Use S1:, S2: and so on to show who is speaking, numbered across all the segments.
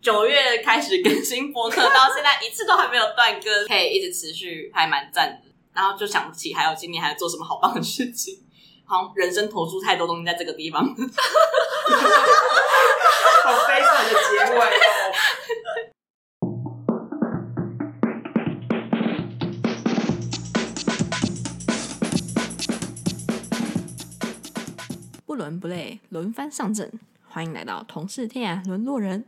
S1: 九月开始更新播客，到现在一次都还没有断更， 可以一直持续，还蛮赞的。然后就想不起还有今年还做什么好棒的事情，好像人生投注太多东西在这个地方。
S2: 好悲惨的结尾哦。
S3: 不伦不类，轮番上阵。欢迎来到同是天涯沦落人，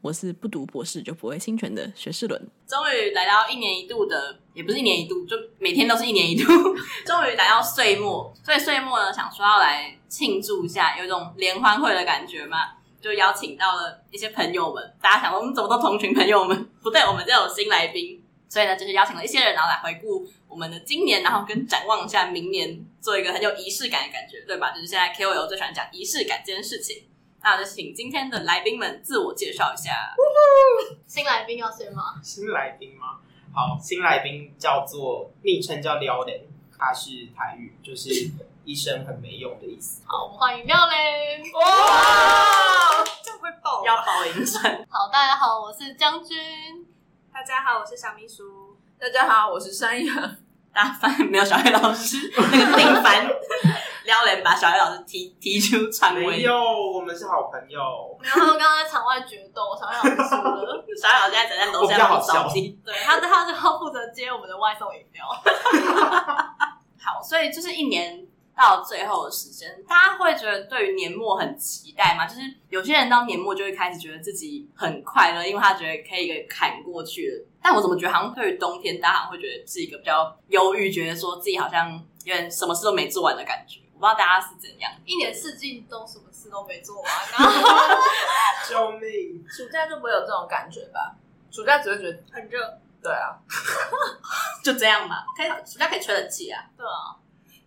S3: 我是不读博士就不会侵权的学士伦。
S1: 终于来到一年一度的，也不是一年一度，就每天都是一年一度。终于来到岁末，所以岁末呢，想说要来庆祝一下，有一种联欢会的感觉嘛，就邀请到了一些朋友们。大家想说，我们怎么都同群朋友们？不对，我们这有新来宾，所以呢，就是邀请了一些人，然后来回顾我们的今年，然后跟展望一下明年，做一个很有仪式感的感觉，对吧？就是现在 KOL 最喜欢讲仪式感这件事情。那我就请今天的来宾们自我介绍一下。
S4: 新来宾要先吗？
S2: 哦新来宾吗？好，新来宾叫做昵称叫撩人，他是台语，就是医生很没用的意思。
S4: 好，我们欢迎廖嘞！
S2: 哇，
S4: 这样会爆
S1: 要保赢战。
S4: 好，大家好，我是将军。
S5: 大家好，我是小秘书。大家好，我是山羊。
S1: 大翻没有小黑老师，那个定翻撩人把小黑老师踢踢出常
S2: 没
S1: 委。
S2: 有，我们是好朋友。
S4: 然后刚刚在场外决斗，场外老师输 了。
S1: 小黑老师现在只在楼下
S2: 我比较好
S1: 帮扫
S2: 笑
S1: 地。
S4: 对，他他是要负责接我们的外送饮料。
S1: 好，所以就是一年到最后的时间，大家会觉得对于年末很期待吗？就是有些人到年末就会开始觉得自己很快乐，因为他觉得可以给砍过去了。但我怎么觉得好像对于冬天，大家好像会觉得是一个比较忧郁，觉得说自己好像有点什么事都没做完的感觉。我不知道大家是怎样。
S4: 一年四季都什么事都没做完，然后
S2: 救命！
S5: 啊暑假就不会有这种感觉吧？暑假只会觉得
S4: 很热。
S5: 对啊，
S1: 就这样吧，可以暑假可以吹冷气啊。
S4: 对啊，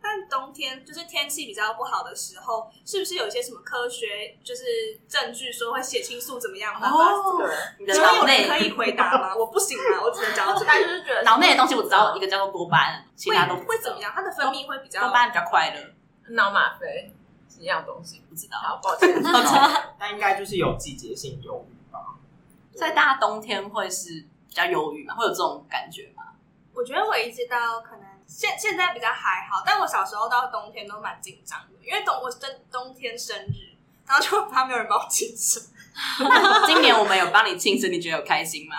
S6: 但冬天就是天气比较不好的时候，是不是有一些什么科学就是证据说会血清素怎么样的办法？
S1: 哦
S5: 对，
S1: 你的
S6: 请问
S1: 脑
S6: 有
S1: 内
S6: 人可以回答吗？我不行啊，我只能讲到这
S5: 大家
S6: 里。
S5: 就是觉得
S1: 脑内的东西我只知道一个叫做多巴胺，其他都
S6: 会
S1: 不知
S6: 会
S1: 道
S6: 怎么？样？它的分泌会比较
S1: 多巴胺比较快乐，
S5: 脑吗啡是一样东西。
S1: 不知道。
S5: 好，抱歉。
S2: 但应该就是有季节性忧郁吧？
S1: 所以大家冬天会是比较忧郁嘛，会有这种感觉吗？
S6: 我觉得我一直到可能现现在比较还好，但我小时候到冬天都蛮紧张的，因为冬我是真冬天生日，然后就很怕没有人帮我庆生。
S1: 今年我们有帮你庆生，你觉得有开心吗？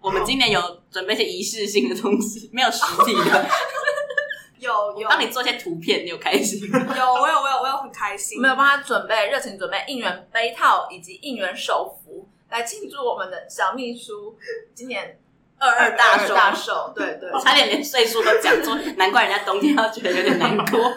S1: 我们今年有准备一些仪式性的东 西，没有实体 的，
S6: 有有
S1: 帮你做一些图片，你有开心吗？
S6: 有，我有我有我有很开心。
S5: 没有帮他准备热情准备应援杯套以及应援手幅，来庆祝我们的小秘书今年
S1: 二二大
S5: 二
S1: 寿，
S5: 大寿。对对，
S1: 我差点连岁数都讲错，难怪人家冬天要觉得有点难 过。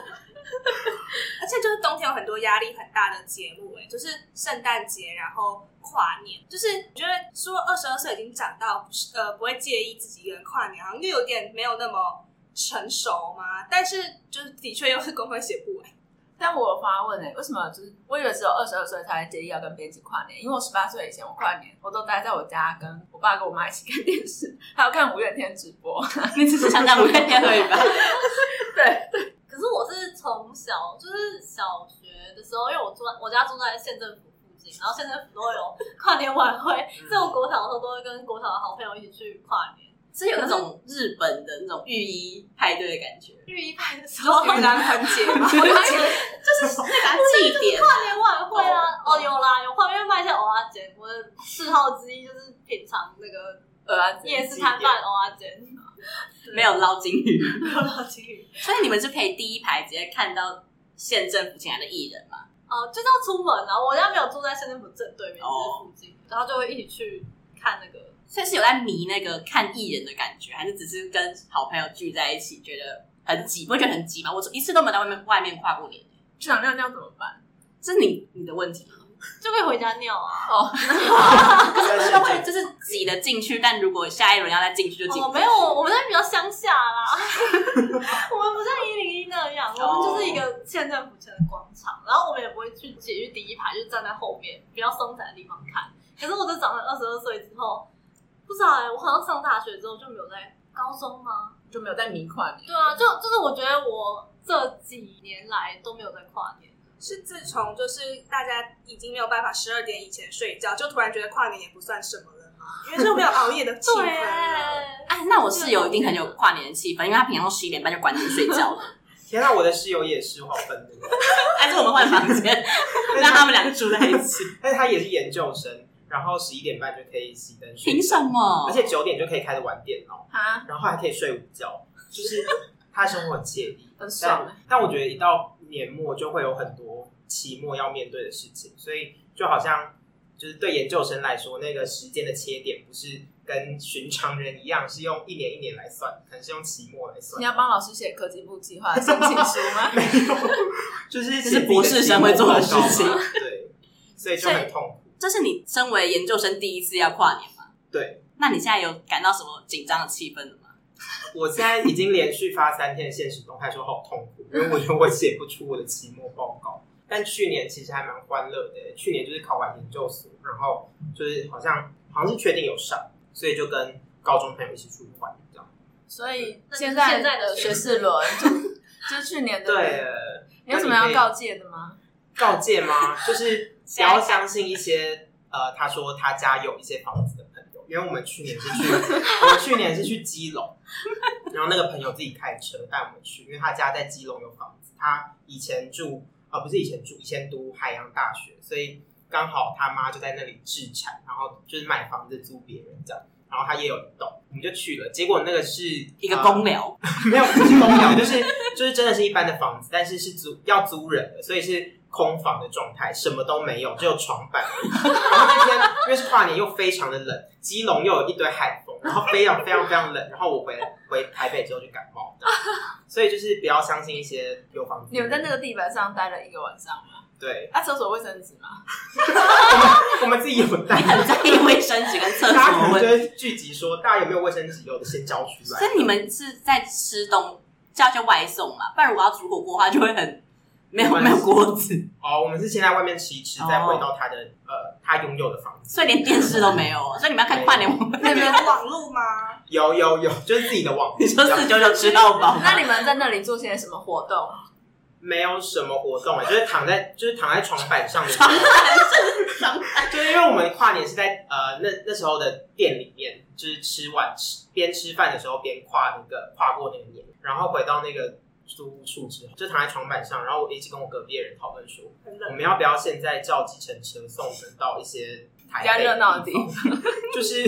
S6: 而且就是冬天有很多压力很大的节目、欸，就是圣诞节，然后跨年，就是我觉得说二十二岁已经长到呃不会介意自己一个人跨年，好像又有点没有那么成熟嘛，但是就是的确又是功课写不欸完。
S5: 但我有发问哎、为什么就是我以为只有二十二岁才会介意要跟编辑跨年，因为我十八岁以前我跨年我都待在我家跟我爸跟我妈一起看电视，还有看五月天直播。
S1: 你只是想讲五月天而已吧？
S5: 对，
S4: 可是我是从小就是小学的时候，因为我住在我家住在县政府附近，然后县政府都会有跨年晚会，
S2: 嗯
S4: 所以我国小的时候都会跟国小的好朋友一起去跨年。
S1: 是有那种日本的那种浴衣派对的 感觉，
S4: 日一派的时候，
S6: 然后
S4: 跨
S6: 云
S4: 年
S6: 南环节嘛，
S1: 啊就是那个啊祭 典。
S4: 晚会啊， 哦有啦有跨年卖一些蚵仔煎，我的嗜好之一就是品尝那个
S5: 呃，
S4: 夜市摊贩哦蚵仔煎，
S1: 啊没有捞金鱼，
S4: 没有到金鱼
S1: 所以你们就可以第一排直接看到县政府请来的艺人嘛。
S4: 哦，就是要出门啊，我家没有住在县政府正对面，就
S6: 哦
S4: 是附近，然后就会一起去看那个。
S1: 所以是有在迷那个看艺人的感觉，还是只是跟好朋友聚在一起，觉得很挤？不会觉得很挤吗？我一次都没有在外面外面跨过年，
S5: 市场量这样怎么办？
S1: 这是你你的问题。
S4: 就可以回家尿啊！
S2: 但是
S1: 就会就是挤得进去，但如果下一轮要再进去就进不去。
S4: 哦，没有，我们那比较乡下 啦，我们不像一零一那样，我们就是一个县政府前的广场，然后我们也不会去挤去第一排，就站在后面比较松散的地方看。可是我都长成二十二岁之后，不知道哎、我好像上大学之后就没有在高中吗？
S5: 就没有在迷跨年。
S4: 对啊，就就是我觉得我这几年来都没有在跨年，
S6: 是自从就是大家已经没有办法十二点以前睡觉，就突然觉得跨年也不算什么了吗？因为就没有熬夜的气 氛了。
S4: 对，
S1: 哎，那我室友一定很有跨年的气氛，因为他平常都十一点半就关门睡觉了。
S2: 天啊，我的室友也是，我好愤怒哦。
S1: 还是我们换房间，让他们两个住在一起？
S2: 但是他也是研究生，然后十一点半就可以熄灯睡觉，
S1: 凭什么？
S2: 而且九点就哦可以开始玩电脑，
S5: 啊，
S2: 然后还可以睡午觉，就是他生活很惬意，
S5: 很爽
S1: 欸
S2: 但但我觉得一到年末就会有很多期末要面对的事情，所以就好像就是对研究生来说，那个时间的切点不是跟寻常人一样，是用一年一年来算，可能是用期末来算。
S5: 你要帮老师写科技部计划的申请书吗？
S2: 没有， 就是
S1: 啊这是博士生会做的事情
S2: 写自己的期末报告嘛对，所以就很痛苦。
S1: 这是你身为研究生第一次要跨年吗？
S2: 对。
S1: 那你现在有感到什么紧张的气氛了吗？
S2: 我现在已经连续发三天的现实动态，说好痛苦，因为我觉得我写不出我的期末报告。 但去年其实还蛮欢乐的，去年就是考完研究所，然后就是好像好像是确定有上，所以就跟高中朋友一起出去玩这样。
S5: 所以
S4: 那就是
S5: 现呃
S4: 现在的
S5: 学士 轮就就是去年的，
S2: 对，
S5: 你有什么要告诫的吗？
S2: 告诫 吗？就是不要相信一些呃，他说他家有一些房子的朋友，因为我们去年是 去，我们去年是去基隆，然后那个朋友自己开车带我们去，因为他家在基隆有房子，他以前住呃不是以前住，以前读海洋大学，所以刚好他妈就在那里置产，然后就是买房子租别人这样。然后他也有一栋，我们就去了。结果那个是
S1: 一个
S2: 呃
S1: 公聊，
S2: 没有不是公寮，就是就是真的是一般的房子，但是是租要租人的，所以是空房的状态，什么都没有，只有床板而已。 然后那天因为是跨年，又非常的冷，基隆又有一堆海风，然后非常非常非常冷。然后我回回台北之后就感冒，这样所以就是不要相信一些有房子的人。
S5: 你们在那个地板上待了一个晚上吗？
S2: 对，
S5: 啊，厕所卫生纸吗？
S2: 我们自己有 带，
S1: 很在意卫生纸跟厕
S2: 大家可
S1: 所
S2: 能
S1: 问
S2: 就
S1: 题。
S2: 会聚集说，大家有没有卫生纸？有的先交出来。
S1: 所以你们是在吃东叫叫外送嘛？不然我要煮火锅的话就会很没有
S2: 没关
S1: 没
S2: 系
S1: 有锅子，
S2: 哦，我们是先在外面吃一吃，再回到他的、呃他拥有的房子。
S1: 所以连电视都没有。所以你们要看跨年晚会，
S6: 那你们有网络吗？
S2: 有有有，就是自己的网。
S1: 你说四九九吃到 饱吗，
S5: 那你们在那里做些什么活动？
S2: 没有什么活动、欸，就是躺在就是躺在床板上面，
S1: 床
S2: 就是因为我们跨年是在呃那那时候的店里面，就是吃晚吃边吃饭的时候边跨那个跨过那个年，然后回到那个租屋处之后，就躺在床板上，然后我一直跟我隔壁的人讨论说，
S1: 嗯
S6: 很
S2: 我
S6: 冷，
S2: 们要不要现在叫计程车送我们到一些台
S5: 比较
S2: 北
S5: 热闹 的
S2: 地
S5: 地
S2: 方？就是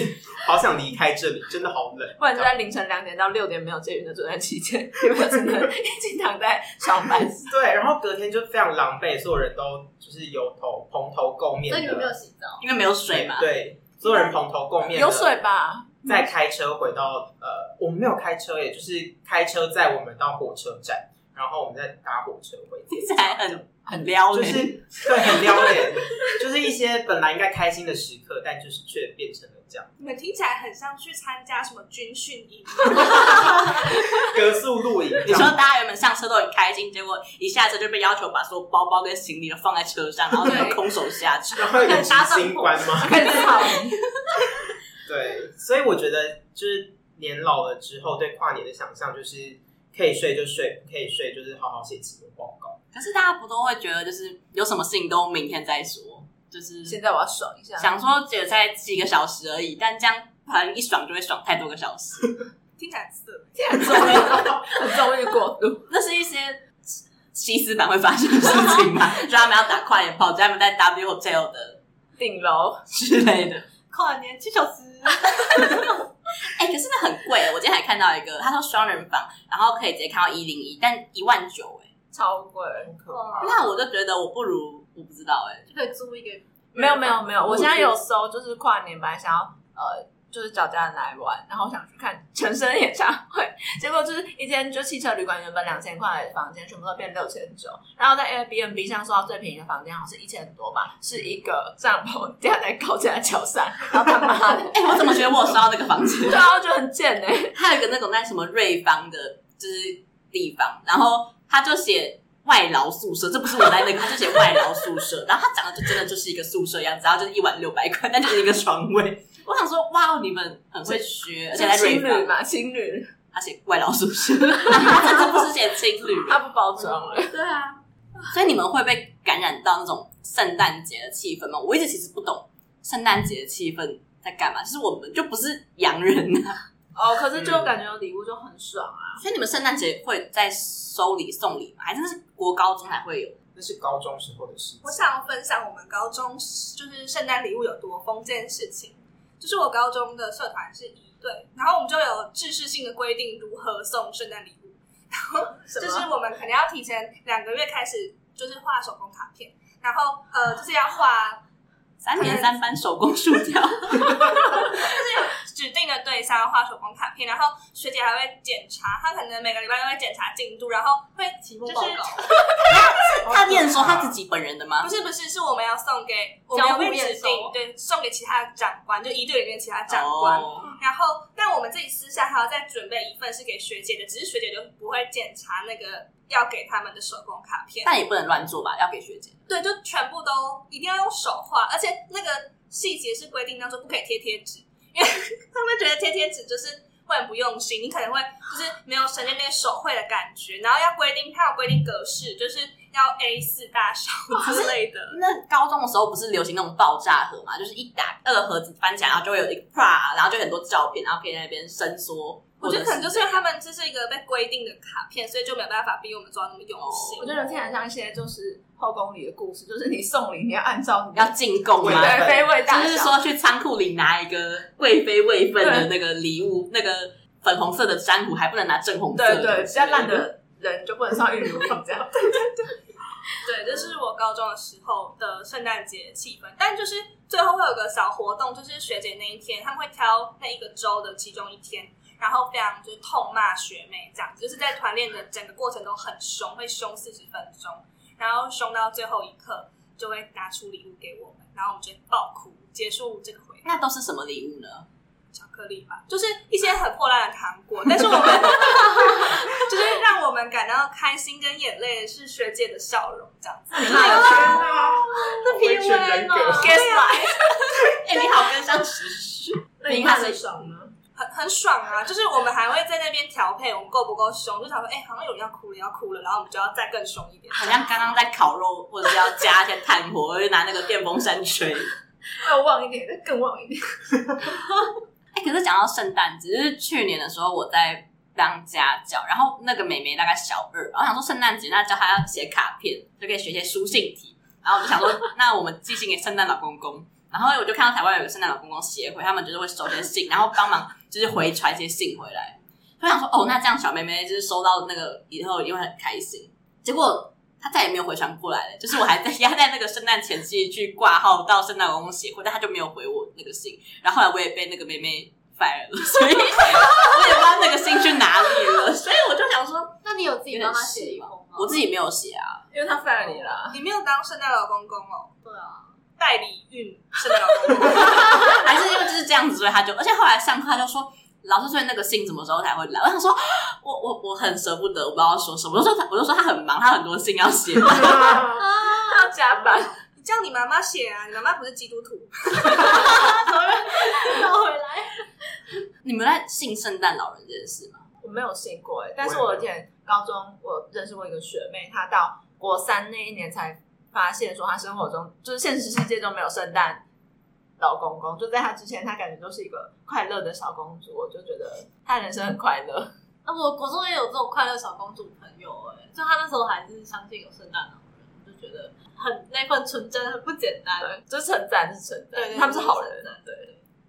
S2: 好想离开这里，真的好冷。
S5: 不然就在凌晨两点到六点没有接运的这段期间，你们只能 一起躺在床板上。
S2: 对，然后隔天就非常狼狈，所有人都就是油头蓬头垢面
S4: 所
S2: 的，
S4: 以你们没有洗澡，
S1: 因为没有水嘛，
S2: 对，所有人蓬头垢面，
S5: 有水，吧？
S2: 再开车回到呃，我们没有开车耶，也就是开车载我们到火车站，然后我们再搭火车回
S1: 听起来很很撩
S2: 就
S1: 人。
S2: 是对，很撩脸，就是一些本来应该开心的时刻，但就是却变成了这样。
S6: 你们听起来很像去参加什么军训营，
S2: 格速露营这样，
S1: 你说大家原本上车都很开心，结果一下车就被要求把所有包包跟行李都放在车上，然后就空手下车。
S2: 然后有执行官 吗？
S5: 开始吵你，
S2: 对，所以我觉得就是年老了之后，对跨年的想象就是可以睡就睡，不可以睡就是好好写期末报告。
S1: 可是大家不都会觉得，就是有什么事情都明天再说，就是
S5: 现在我要爽一下。
S1: 想说只有才几个小时而已，但这样好像一爽就会爽太多个小时。
S6: 听起来很色。
S5: 很重要，很重要过度。
S1: 那是一些西斯版会发生的事情 嘛？就他们要打快点炮，就他们在 W Hotel 的
S5: 顶楼
S1: 之类的。
S6: 跨年七小时，
S1: 哎、可是那很贵，我今天还看到一个，他说双人房，然后可以直接看到一零一，但一万九哎。
S5: 超贵，
S2: 很可怕
S1: 那我就觉得我不如我不知道哎、，
S4: 就可以租一个。
S5: 没有没有没有，我现在有搜，就是跨年本来想要呃，就是找家人来玩，然后想去看陈升演唱会， 结果就是一间就汽车旅馆原本两千块的房间，全部都变六千九，然后在 Airbnb 上搜到最便宜的房间好像是一千多吧，是一个帐篷架在高架桥上，然后他妈的
S1: 哎、我怎么觉得我有收到那个房间
S5: 对？啊，我觉得很贱哎、
S1: 还有一个那种在什么瑞芳的，就是地方，然后他就写外劳宿舍，这不是我在那个，他就写外劳宿舍，然后他长得就真的就是一个宿舍样子，然后就是一晚六百块，但就是一个床位。我想说，哇，哦你们很会学，而且在
S5: 是
S1: 瑞
S5: 情侣
S1: 芳，
S5: 嘛，情侣，
S1: 他写外劳 宿舍，他这不是写情侣，
S4: 啊
S5: 他不包装了，
S1: 所以你们会被感染到那种圣诞节的气氛吗？我一直其实不懂圣诞节的气氛在干嘛，就是我们就不是洋人啊，
S5: 哦，可是就感觉有礼物就很爽啊。
S1: 所以你们圣诞节会在收礼送礼吗？还真是国高中才会有？
S2: 那是高中时候的事情。
S6: 我想分享我们高中就是圣诞礼物有多疯这件事情。就是我高中的社团是一对，然后我们就有制式性的规定如何送圣诞礼物，
S5: 就
S6: 就是我们可能要提前两个月开始，就是画手工卡片，然后呃，就是要画
S1: 三年三班手工塑胶，
S6: 指定的对象画手工卡片，然后学姐还会检查，她可能每个礼拜都会检查进度，然后会
S4: 期
S6: 就
S4: 末
S6: 是
S4: 报告，
S1: 他念说他自己本人的吗
S6: 不？是不是，是我们要送给我们有被
S4: 交
S6: 指
S4: 互验收
S6: 定，对，送给其他的长官，就一队里面其他长官。
S1: 哦
S6: 然后，但我们自己私下还要再准备一份是给学姐的，只是学姐就不会检查那个要给他们的手工卡片。
S1: 但也不能乱做吧，要给学姐。
S6: 对，就全部都一定要用手画，而且那个细节是规定当中不可以贴贴纸，因为他们觉得贴贴纸就是会很不用心，你可能会就是没有呈现那个手绘的感觉。然后要规定，它有规定格式，就是 要 A 四大小之类的。
S1: 那高中的时候不是流行那种爆炸盒嘛，就是一打那个盒子翻起来，然后就会有一个 pra，然后就很多照片，然后可以在那边伸缩。
S6: 我觉得可能就是因
S1: 或者
S6: 为他们这是一个被规定的卡片，所以就没有办法逼我们做到那么用心。
S5: 我觉得听很像一些就是后宫里的故事，就是你送礼你要按照你
S1: 要进贡
S5: 对
S1: 嘛，
S2: 对
S5: 妃位大
S1: 就
S5: 小，
S1: 是说去仓库里拿一个贵妃位份的那个礼物，那个粉红色的珊瑚还不能拿正红色
S5: 对
S1: 的，
S5: 对，比较烂的人就不能上玉如意这样。
S6: 对，这是我高中的时候的圣诞节气氛，但就是最后会有个小活动，就是学姐那一天，他们会挑那一个周的其中一天，然后非常就是痛骂学妹这样子，就是在团练的整个过程都很凶，会凶四十分钟，然后凶到最后一刻就会拿出礼物给我们，然后我们就爆哭，结束这个回合
S1: 那都是什么礼物呢？
S6: 巧克力吧，就是一些很破烂的糖果，但是我们 就是让我们感到开心跟眼泪的是学姐的笑容这样子。
S2: 那
S4: 批
S2: 人格，
S6: Guess my
S1: 哎、你好跟上时事，
S4: 嗯
S5: 那你看谁爽呢？
S6: 很很爽啊！就是我们还会在那边调配，我们够不够凶，就想说，哎、好像有人要哭了，要哭了，然后我们就要再更凶一点。
S1: 好像刚刚在烤肉，或者是要加一些炭火，或者拿那个电风扇吹。
S5: 要旺一点，再更旺一点。
S1: 哎、可是讲到圣诞，只是去年的时候我在当家教，然后那个妹妹大概小二，然后想说圣诞节那教她要写卡片，就可以学一些书信题。然后我就想说，那我们寄信给圣诞老公公。然后我就看到台湾有个圣诞老公公协会，他们就是会收一些信，然后帮忙就是回传一些信回来。我想说，哦，那这样小妹妹就是收到那个以后一定会很开心。结果她再也没有回传过来了，就是我还在压在那个圣诞前夕去挂号到圣诞老公公协会，但她就没有回我那个信。然后后来我也被那个妹妹 fire 了， 所以我也不知道那个信去哪里了。 所以我就想说，
S4: 那你有自己帮他写一封吗？
S1: 我自己没有写啊，
S5: 因为他 fire 你 了，
S6: 你没有当圣诞老公公
S4: 啊
S6: 哦，
S4: 对啊，
S6: 代理孕圣诞老公公，
S1: 还是因为就是这样子，所以他就，而且后来上课他就说。老师，所以那个信什么时候才会来？我想说， 我我我很舍不得，我不知道说什么。我就说他，我就说他很忙，他很多信要写。
S5: 他要加班。
S6: 你叫你妈妈写啊，你妈妈不是基督徒，
S4: 倒回来。
S1: 你们在信圣诞老人这件事吗？
S5: 我没有信过哎、但是我以前高中我认识过一个学妹，她到国三那一年才发现说，她生活中就是现实世界中没有圣诞老公公，就在她之前，她感觉就是一个快乐的小公主，我就觉得她人生很快乐。
S4: 啊，我国中也有这种快乐小公主朋友哎、就她那时候还是相信有圣诞老人，我就觉得很那份纯真很不简单。
S5: 对，就是称赞是称
S4: 对
S5: 赞，
S4: 对
S5: 他们是好人，啊对。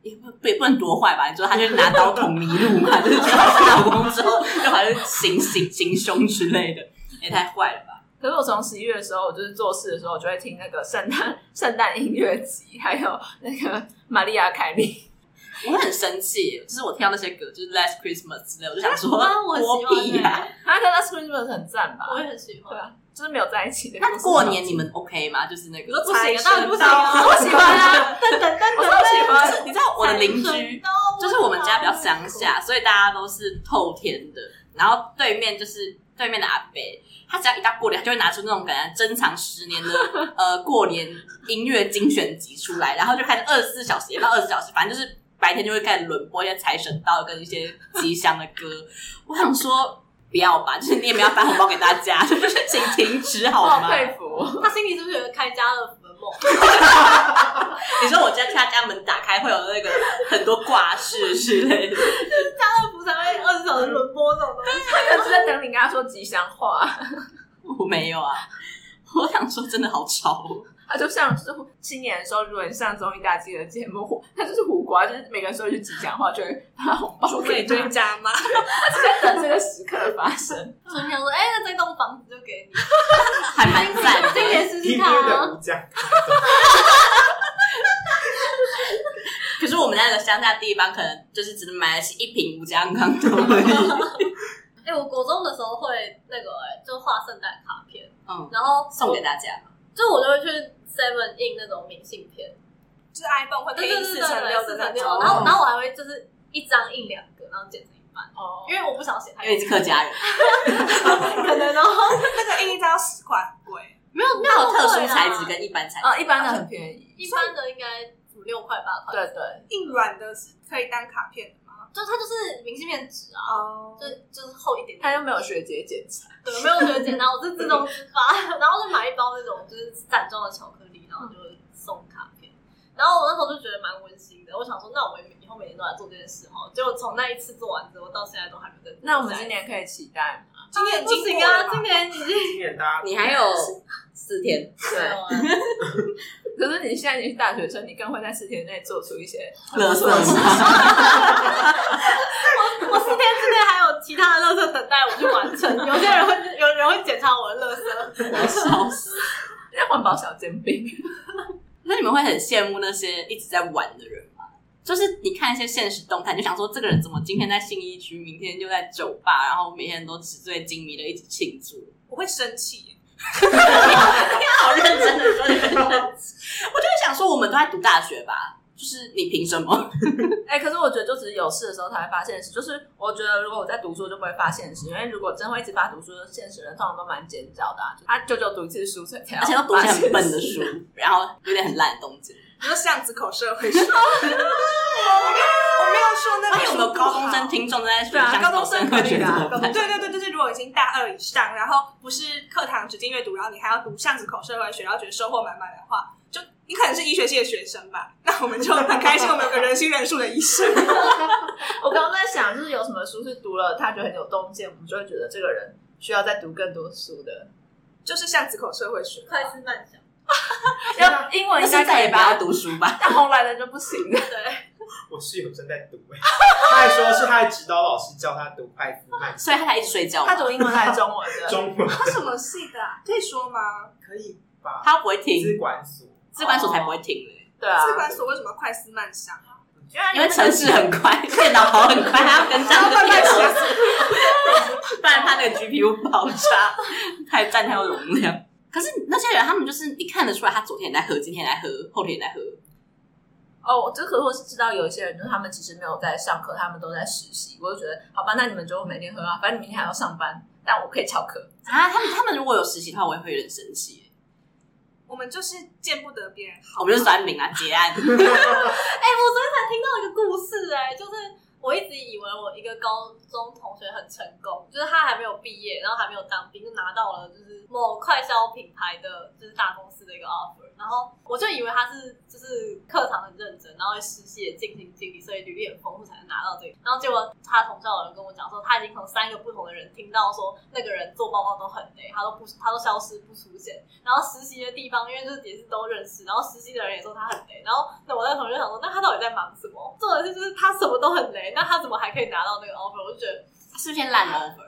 S1: 也不也不能多坏吧？你说他就拿刀捅麋鹿 嘛，就是觉得他是老公之后，就好像行刑行凶之类的，也太坏了吧？
S5: 可是我从十一月的时候，我就是做事的时候，我就会听那个圣诞圣诞音乐集，还有那个玛利亚凯莉。
S1: 我很生气耶，就是我听到那些歌，就是《Last Christmas》之类，我就想说，
S4: 啊我喜欢
S1: 屁呀、
S4: 欸
S5: 她跟 Last Christmas 很赞吧？
S4: 我也很喜欢
S5: 对。啊，就是没有在一起的故事。
S1: 那过年你们 OK 吗？就是那个，
S4: 不行啊，当然不行啊，
S5: 我喜欢啊，
S4: 等等等
S5: 我超喜欢。
S1: 你知道我的邻居，就是我们家
S4: 哦
S1: 比较乡下，所以大家都是透天的。然后对面就是对面的阿伯，他只要一到过年，他就会拿出那种感觉珍藏十年的呃过年音乐精选集出来，然后就开始二十四小时，也不到二十小时，反正就是白天就会开始轮播一些财神到跟一些吉祥的歌。我想说，不要吧，就是你也不要发红包给大家，就是请停止好
S5: 我 好
S1: 吗？
S5: 佩服，
S4: 他欸心里是不是有个开家乐福的梦？
S1: 你说我家家家门打开会有那个很多挂饰之类的，
S4: 家乐福才会二十小时轮播这种东西。
S5: 他就是在等你跟他说吉祥话，
S1: 我没有啊。我想说，真的好吵哦，
S5: 他就像就是新年的时候，如果你上综艺大集的节目，胡他就是胡瓜，就是每个人说一句吉祥话，就会发红包给他，
S6: 家吗？
S5: 他就在等这个时刻发生。
S4: 所以想说，哎、那这栋房子就给你，
S1: 还蛮赞
S4: 今
S1: 的。
S4: 年试试
S2: 一
S4: 看
S2: 般的
S4: 啊。
S2: 无价，
S1: 可是我们那个乡下地方，可能就是只能买得起一瓶吴家康豆而 已。
S4: 哎、我国中的时候会那个、哎就画圣诞卡片，
S1: 嗯，
S4: 然后
S1: 送给大家。
S4: 就我就会去 Seven 印那种明信片，
S6: 就是 iPhone 会
S4: 对
S6: 配
S4: 对对
S6: 四
S4: 对
S6: 乘
S4: 对，
S6: 六
S4: 四
S6: 的
S4: 乘
S6: 那
S4: 六
S6: 种，，
S4: 然后然后我还会就是一张印两个，然后剪成一半，
S5: 哦
S4: 因为我不想写太
S1: 因为你是客家人，
S4: 可能哦。
S6: 那个印一张要十块，很贵。
S1: 没有那有特殊材质
S4: 那不会啊
S1: 跟一般材质，
S5: 啊，一般的很便宜，
S4: 一般的应该五六块八块，
S5: 对对，
S6: 硬软的是可以当卡片的吗？
S4: 就它就是明信片纸啊，
S6: 哦
S4: 就就是厚一点点。
S5: 他又没有学姐检查，
S4: 对，没有觉得简单，我是自动自 发，然后就买一包那种就是散装的巧克力，然后就送卡片。然后我那时候就觉得蛮温馨的，我想说，那我以后每年都来做这件事哈。结果从那一次做完之后，到现在都还没有在做。
S5: 那我们今年可以期待吗？
S6: 今年已
S4: 不
S6: 经
S4: 行
S6: 过了
S4: 啊，
S6: 吧
S4: 今年已经
S2: 今年大家
S1: 你还有四 天，
S4: 没有
S5: 对，
S4: 啊
S5: 可是你现在已经是大学生，你更会在四天内做出一些
S1: 乐色场。
S4: 我四天之内还有其他的垃圾等待我去完成。有些人会有人会检查我的垃 圾，
S5: 像环保小煎饼，
S1: 那你们会很羡慕那些一直在玩的人吗？就是你看一些现实动态，你就想说这个人怎么今天在信义区，明天就在酒吧，然后每天都纸醉金迷的一直庆祝。
S6: 我会生气耶，
S1: 好认真哦的说，你很认真。我就会想说，我们都在读大学吧，就是你凭什么？
S5: 哎、可是我觉得就只是有事的时候才会发现实，就是我觉得如果我在读书就不会发现实，因为如果真会一直发读书，现实人通常都蛮尖叫的、啊，就他久久读一次书，所以才 要
S1: 而且都读一些很笨的
S5: 发现实
S1: 书， 然后有点很烂的东西。
S6: 你说巷子口社会说， 我没有我没有说那
S1: 那
S6: 本
S1: 有
S6: 书
S1: 没有
S6: 不
S1: 高
S6: 好
S1: 中生？听众在学
S5: 对啊
S1: 校？
S5: 高中生可以的啊
S1: 高中
S6: 对
S1: 生
S6: 对对，就是如果已经大二以上，然后不是课堂指定阅读，然后你还要读巷子口社会学，然后觉得收获满满的话，就你可能是医学系的学生吧，那我们就很开心，我们有个人心人数的医生。
S5: 我刚刚在想，就是有什么书是读了他觉得很有洞见，我们就会觉得这个人需要再读更多书的。
S6: 就是巷子口社会学，
S4: 快思慢想。
S5: 要英文
S1: 那
S5: 应
S1: 现
S5: 该
S1: 在啊
S5: 可
S1: 也
S5: 以
S1: 不要
S5: 吧？
S1: 读书吧。
S5: 但红来的就不行了。
S4: 对，
S2: 我室友正在读、欸，他还说是他的指导老师教他读快速 慢
S1: 所以他才一直睡觉嘛。
S5: 他读英文还是中文的？
S2: 中文，
S6: 他什么系的、啊？可以说吗？
S2: 可以吧？
S1: 他不会听，
S2: 资管所，
S1: 资管所才不会听嘞，
S5: 对啊，
S6: 资管所为什么快思慢想？
S1: 因为城市很快，电脑跑很快，他要跟上这个
S5: 啊
S1: 电脑，不然他那个 GPU 爆炸，太占太多容量。可是那些人，他们就是你看得出来，他昨天也在喝，今天也在喝，后天也在喝，
S5: 哦，我这可是我是知道有一些人，就是他们其实没有在上课，他们都在实习。我就觉得，好吧，那你们就每天喝啊，反正你明天还要上班，但我可以翘课。
S1: 啊，他们他们如果有实习的话，我也会有点生气耶。
S6: 我们就是见不得别人好，
S1: 我们就酸民啊，结案。
S4: 哎、我昨天才听到一个故事、哎，就是我一直以为我一个高中同学很成功，就是他还没有毕业，然后还没有当兵，就拿到了就是某快销品牌的就是大公司的一个 offer，然后我就以为他是就是课堂很认真，然后实习也尽心尽力，所以履历很丰富才能拿到这个。然后结果他同校有人跟我讲说，他已经从三个不同的人听到说那个人做报告都很累，他都不他都消失不出现，然后实习的地方，因为就是也是都认识，然后实习的人也说他很雷，然后那我那同学就想说，那他到底在忙什么？做的是就是他什么都很雷，那他怎么还可以拿到那个 offer？我就觉得
S1: 是不是先烂 over，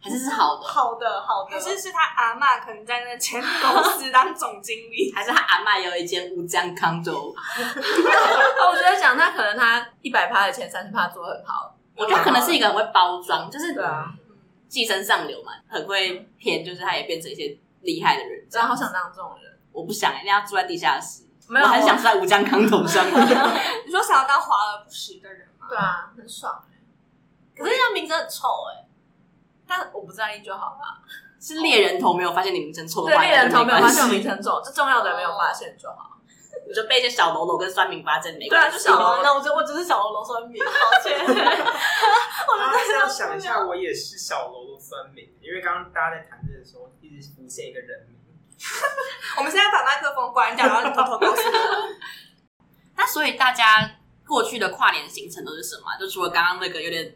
S1: 还是是好的？
S4: 好的好的，
S6: 可是是他阿嬷可能在那前公司当总经理，
S1: 还是他阿嬷也有一间乌江康州？
S5: 我觉得讲他可能他一百趴的前三十趴做得很好，
S1: 我觉得可能是一个很会包装，就是
S5: 对啊，
S1: 寄生上流嘛，很会骗，就是他也变成一些厉害的人。这
S5: 真的
S1: 样
S5: 好想当这种人。
S1: 我不想、欸，人家住在地下室，
S5: 没有，
S1: 我很想住在吴江康头上。
S6: 你说想要当华而不实的人吗？
S5: 对啊，很爽。
S4: 可是那名字很丑哎、
S5: 但我不在意就好了。
S1: 是猎人头没有发现你名称错的
S5: 对，
S1: 话，
S5: 猎人头没
S1: 那就
S5: 有发
S1: 关系
S5: 现我名称重，这重要的没有发现就好。
S1: 你就被一些小喽啰跟酸民发证没
S5: 对啊，
S1: 关
S5: 就
S1: 系。
S5: 小
S4: 好
S5: 喽
S4: 那我就我只是小喽啰酸民，抱歉。
S2: 啊我这样想一下，我也是小喽啰酸民，因为刚刚大家在谈论的时候，一直浮现一个人名。
S6: 我们现在把麦克风关掉，然后你偷偷告诉我。
S1: 那所以大家过去的跨年行程都是什么啊？就除了刚刚那个有点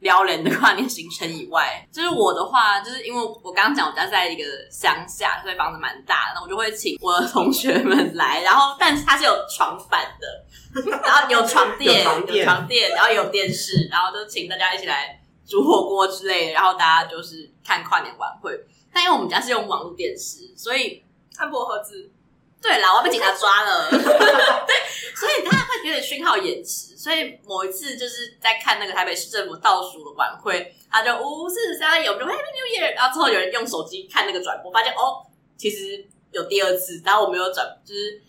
S1: 撩人的跨年行程以外， 就是我的话，就是因为我刚刚讲我家在一个乡下，所以房子蛮大的，那我就会请我的同学们来，然后但是它是有床板的， 然后有床垫，
S2: 有床垫
S1: 有床垫，然后有电视，然后就请大家一起来煮火锅之类的，然后大家就是看跨年晚会。但因为我们家是用网络电视，所以
S6: 看薄荷汁，
S1: 对啦，我要被警察抓了。 对，所以他会有点讯号延迟。所以某一次就是在看那个台北市政府倒数的晚会，他就五四三有，我们就 Happy New Year，然后之后有人用手机看那个转播，发现哦，其实有第二次，然后我没有转，就是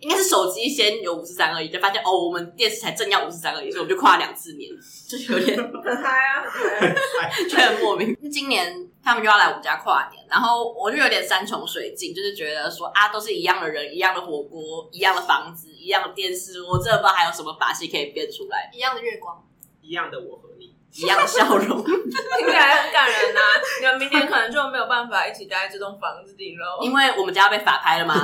S1: 应该是手机先有五四三而已，就发现哦，我们电视台正要五四三而已，所以我们就跨两次年，就是有点
S6: 很嗨啊！
S1: 就很莫名。今年他们就要来我们家跨年，然后我就有点山穷水尽，就是觉得说啊，都是一样的人，一样的火锅，一样的房子，一样的电视，我真的不知道还有什么把戏可以变出来，
S4: 一样的月光，
S2: 一样的我和你，
S1: 一样的笑容。
S5: 听起来很感人呐、啊你们明天可能就没有办法一起待在这栋房子里喽。
S1: 因为我们家被法拍了 嘛，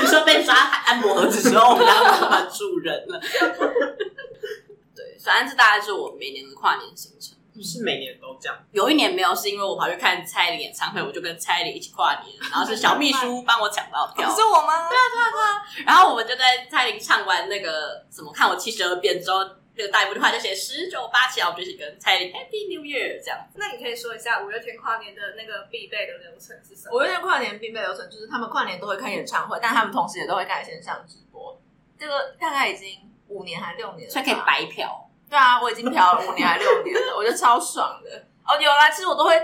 S1: 你说被抓按摩盒子之后，我们家没办法住人了。 对，反正这大概是我每年的跨年行程。
S2: 是每年都这样。
S1: 有一年没有，是因为我跑去看蔡依林演唱会，我就跟蔡依林一起跨年，然后是小秘书帮我抢到票。
S6: 是我吗？对啊，
S1: 然后我们就在蔡依林唱完那个什么“看我七十二变”之后，那个大一部的话就写十九八七，然啊后我们就一起跟蔡依林 Happy New Year 这样。
S6: 那你可以说一下五月天跨年的那个必备的流程是什么？
S5: 我有点跨年必备流程，就是他们跨年都会看演唱会，但他们同时也都会看线上直播。这个大概已经五年还六年了吧，
S1: 所以可以白嫖，
S5: 对啊，我已经嫖了五年还六年了，我觉得超爽的。哦，有啦，其实我都会，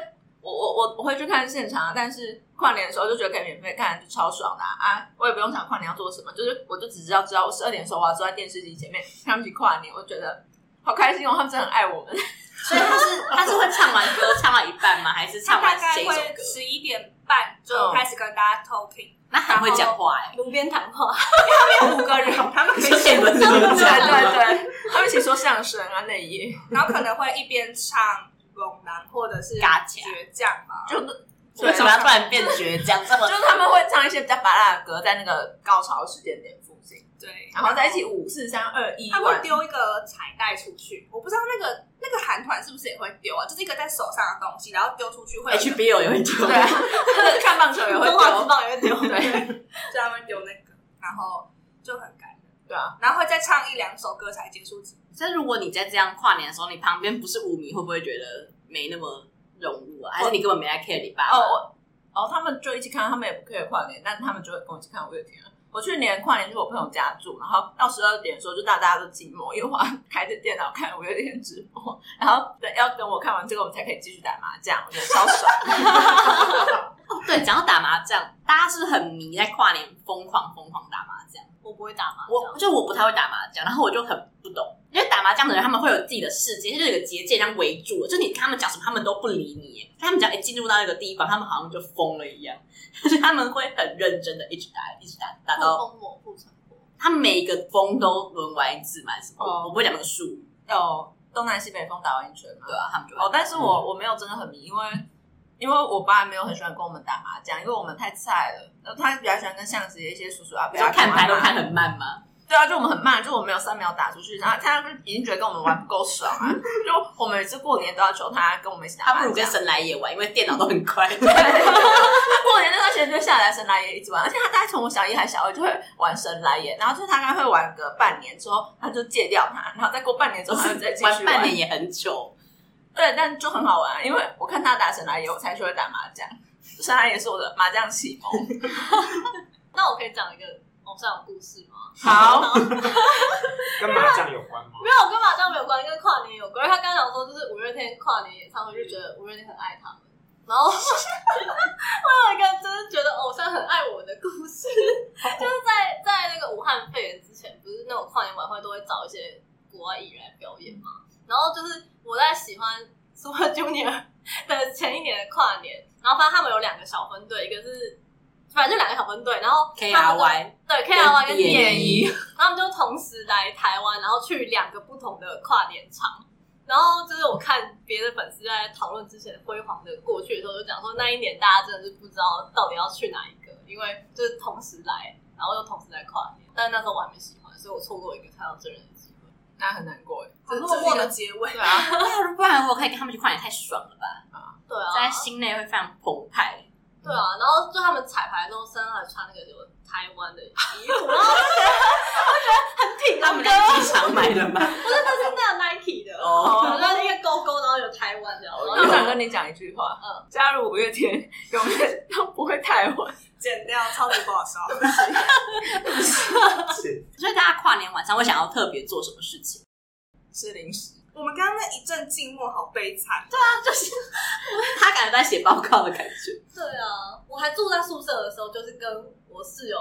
S5: 我我我我会去看现场啊，但是跨年的时候就觉得可以免费看，就超爽的啊啊我也不用想跨年要做什么，就是我就只知道知道我十二点的时候我要坐在电视机前面看他们一起跨年，我觉得好开心哦，他们真的很爱我们。
S1: 所以他是他是会唱完歌唱到一半吗？还是
S6: 他
S1: 唱
S6: 大
S1: 完
S6: 概
S1: 前一首
S6: 会
S1: 歌？
S6: 十一点半就开始跟大家 talking，
S1: 那很会讲话哎、
S4: 嗯 路边谈话，
S6: 他们有五个人，他们可以
S1: 谢谢你们
S5: 对
S1: 这
S5: 对
S1: 么讲。
S5: 对，他们一起说相声啊那一夜，
S6: 然后可能会一边唱龙南或者是
S1: 嘎起来
S6: 倔强嘛，
S5: 就
S1: 为什么要突然变倔强？这么
S5: 就是他们会唱一些比较拔辣的歌，在那个高潮时间点附近，
S6: 对，
S5: 然后在一起。五四三二一，
S6: 他会丢一个彩带出去，我不知道那个那个韩团是不是也会丢啊？就是一个在手上的东西，然后丢出去
S1: 哎
S6: 会有一个
S1: HBO 也会丢
S5: 对，啊，那个看棒球也会
S4: 中华之
S5: 丢，
S4: 棒也会丢。
S5: 对
S6: 就他们丢那个，然后就很感人，
S5: 对啊。
S6: 然后会再唱一两首歌才结束。
S1: 但如果你在这样跨年的时候，你旁边不是舞迷，会不会觉得没那么融入啊？还是你根本没来 care 你爸妈？
S5: 哦，我哦，他们就一起看，他们也不可以跨年，但他们就会跟我一起看五月天啊。我去年跨年去我朋友家住，然后到十二点的时候，就大家都寂寞，因为我要开着电脑看五月天直播， 然后等要等我看完这个，我们才可以继续打麻将，我觉得超 爽。
S1: 对，讲到打麻将，大家是不是很迷在跨年疯狂疯狂打麻将。
S4: 我不会打麻
S1: 哦我
S4: 将，
S1: 就我不太会打麻将，然后我就很不懂，因为打麻将的人他们会有自己的世界，就是有个结界这样围住了，就你跟他们讲什么，他们都不理你。他们只要一进入到那个地方，他们好像就疯了一样， 就是他们会很认真的一直打，一直打，打
S4: 不
S1: 到
S4: 封我不成活。
S1: 他们每一个疯都轮完一次嘛，还是什么？
S5: 哦
S1: 我不会讲那个术语，
S5: 有东南西北风打完一圈嘛？
S1: 对啊，他们就会
S5: 哦，但是我我没有真的很迷，因为因为我爸没有很喜欢跟我们打麻将，因为我们太菜了，然后他比较喜欢跟巷子里的一些叔叔阿伯
S1: 你
S5: 啊
S1: 说看牌
S5: 干
S1: 都
S5: 嘛
S1: 看很慢吗？
S5: 对啊，就我们很慢，就我们有三秒打出去，然后他们已经觉得跟我们玩不够爽啊。就我们每次过年都要求他跟我们一起 打
S1: 他
S5: 麻
S1: 不如
S5: 将。
S1: 跟神来也玩，因为电脑都很 快。
S5: 过年那段时间就下来神来也一直玩，而且他大概从我小一还小二就会玩神来也，然后就大概会玩个半年之后，他就戒掉它，然后再过半年之后他就再继续
S1: 玩半年也很 久，
S5: 对，但就很好玩，因为我看他打神来也，我才学会打麻将。神来也是我的麻将启蒙。
S4: 那我可以讲一个偶像的故事吗？
S5: 好，
S2: 跟麻将有 关吗？
S4: 没有，跟麻将没有关，跟跨年有关。因为他刚刚讲说，就是五月天跨年演唱会，就觉得五月天很爱他们。然后 我有一个就是觉得偶像很爱我们的故事，就是在在那个武汉肺炎之前，不是那种跨年晚会都会找一些国外艺人来表演嘛。然后就是我在喜欢 Super Junior 的前一年的跨年，然后发现他们有两个小分队，一个是反正就两个小分队，然后
S1: K
S4: 他
S1: R
S4: 们都
S1: Y
S4: 对 K R Y 跟
S1: 演
S4: 演艺，他们就同时来台湾，然后去两个不同的跨年场。然后就是我看别的粉丝在讨论之前辉煌的过去的时候，就讲说那一年大家真的是不知道到底要去哪一个，因为就是同时来，然后又同时在跨年。但是那时候我还没喜欢，所以我错过一个看到真人的机会。
S5: 那很难过哎，这
S6: 很落寞的
S5: 这是
S6: 结尾
S5: 一个。对啊，
S1: 那不然我可以跟他们去跨年，太爽了吧？
S4: 对啊，
S1: 在心内会非常澎湃。
S4: 对啊，然后就他们彩排的时候，身上还穿那个什么台湾的衣服，然后
S1: 他们在机场买的吗？
S4: 不是，那是那个 Nike 的，
S1: 哦
S4: 然后那个勾勾，然后有台湾的，然
S5: 我想
S4: 后
S5: 跟你讲一句话，
S4: 嗯
S5: 嗯，加入五月天永远都不会太晚。
S6: 剪掉，超级不好笑。
S2: 是
S1: 所以大家跨年晚上会想要特别做什么事情？
S5: 吃零食，
S6: 我们刚刚那一阵静默好悲惨，对，
S1: 他感觉在写报告的感觉。
S4: 对啊，我还住在宿舍的时候，就是跟我室友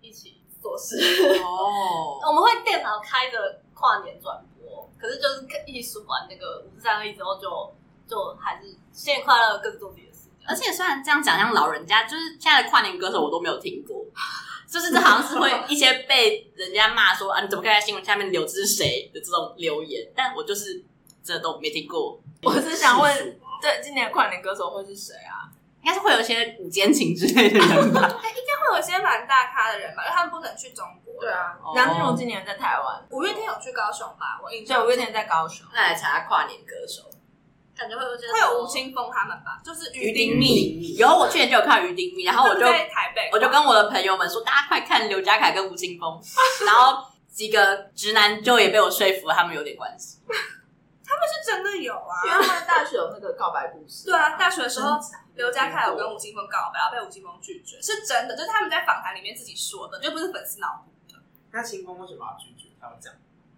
S4: 一起做事，
S1: 哦，
S4: 我们会电脑开着跨年转播，可是就是一起数完那个五十三个一之后就，就还是新年快乐，各自做自己的事。
S1: 而且虽然这样讲，像老人家，就是现在的跨年歌手我都没有听过。 就是这好像是会一些被人家骂说啊，你怎么可以在新闻下面留这是谁的这种留言？但我就是这都没听过，
S5: 我是想问，对，今年的跨年歌手会是谁啊？
S1: 应该是会有一些午间情之类的人 吧？
S6: 会有一些蛮大咖的人吧，因为他们不能去中国。
S5: 对，啊
S1: 哦，
S5: 梁静茹今年在台湾，
S6: 五月天有去高雄吧？我印
S5: 对，
S6: 象
S5: 五月天在高雄。
S1: 那来查跨年歌手
S4: 感觉会有些
S6: 会有吴青峰他们吧，就是
S1: 于
S6: 于
S1: 丁
S6: 丁
S1: 密，有我去年就有看到于丁密，然 后我就
S6: 他们在台北，
S1: 我就跟我的朋友们说，大家快看刘家凯跟吴青峰，然后几个直男就也被我说服了，他们有点关系。
S6: 是真的有啊
S5: 因。为他们大学有那个告白故事，
S6: 对啊，大学的时候刘家凯有
S5: 我
S6: 跟吴青峰告白，然后被吴青峰拒绝，是真的，就是他们在访谈里面自己说的，就不是粉丝脑补。
S2: 那清风为什么要拒绝？他有讲，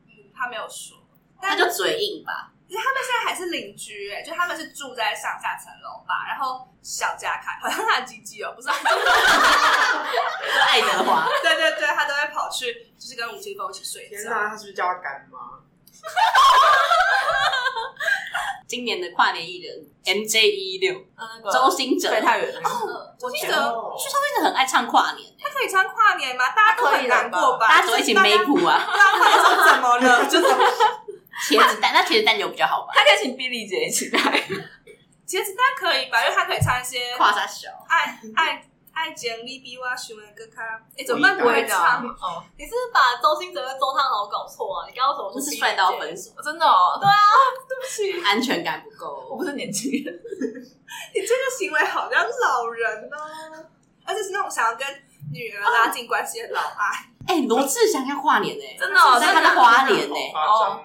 S6: 嗯，他没有说，
S1: 他就嘴硬吧，
S6: 现在还是邻居哎、就他们是住在上下层楼吧，然后小家凯好像他的鸡鸡哦，不是，
S1: 就爱德华，
S6: 对对对，他都会跑去就是跟吴青峰一起睡
S2: 天
S6: 觉。
S2: 哪，他是不是叫他干妈？
S1: 今年的跨年艺人 M J 一六
S6: 啊
S5: 那个
S1: 周兴哲，
S5: 飞
S1: 他
S5: 太远了，
S6: 我记得
S2: 哦
S1: 他真的很爱唱跨年，
S6: 他可以穿跨年吗？啊大家都很难过吧？
S1: 大家都一起
S6: 就是
S1: 没
S6: 大家
S1: 谱啊，
S6: 不知道跨年是怎么了？ 就是
S1: 茄子蛋，那茄子蛋有比较好吧？
S5: 他可以请碧丽姐一起来。
S6: 其实大家可以吧，因为他可以唱一些
S1: 跨啥小？
S6: 爱爱爱情你比我喜欢更卡。哎，怎
S2: 我
S6: 么办？
S2: 一
S6: 不
S2: 打
S6: 会唱，
S5: 哦，
S4: 你是不是把周星哲跟周汤豪搞错啊？你刚刚为什么
S1: 不
S4: 说
S1: 是
S4: 毕业
S1: 帅到
S4: 节
S1: 分手，
S5: 真的哦，
S6: 啊
S1: 安全感不
S5: 我
S1: 够。
S5: 不是年轻人，
S6: 你这个行为好像老人哦，而且是那种想要跟女儿拉近关系的老爱。
S1: 哎，罗志祥要跨年哎，
S5: 真的哦
S1: 在他
S6: 啊
S1: 的花莲
S2: 好
S1: 呢，
S2: 夸张哦！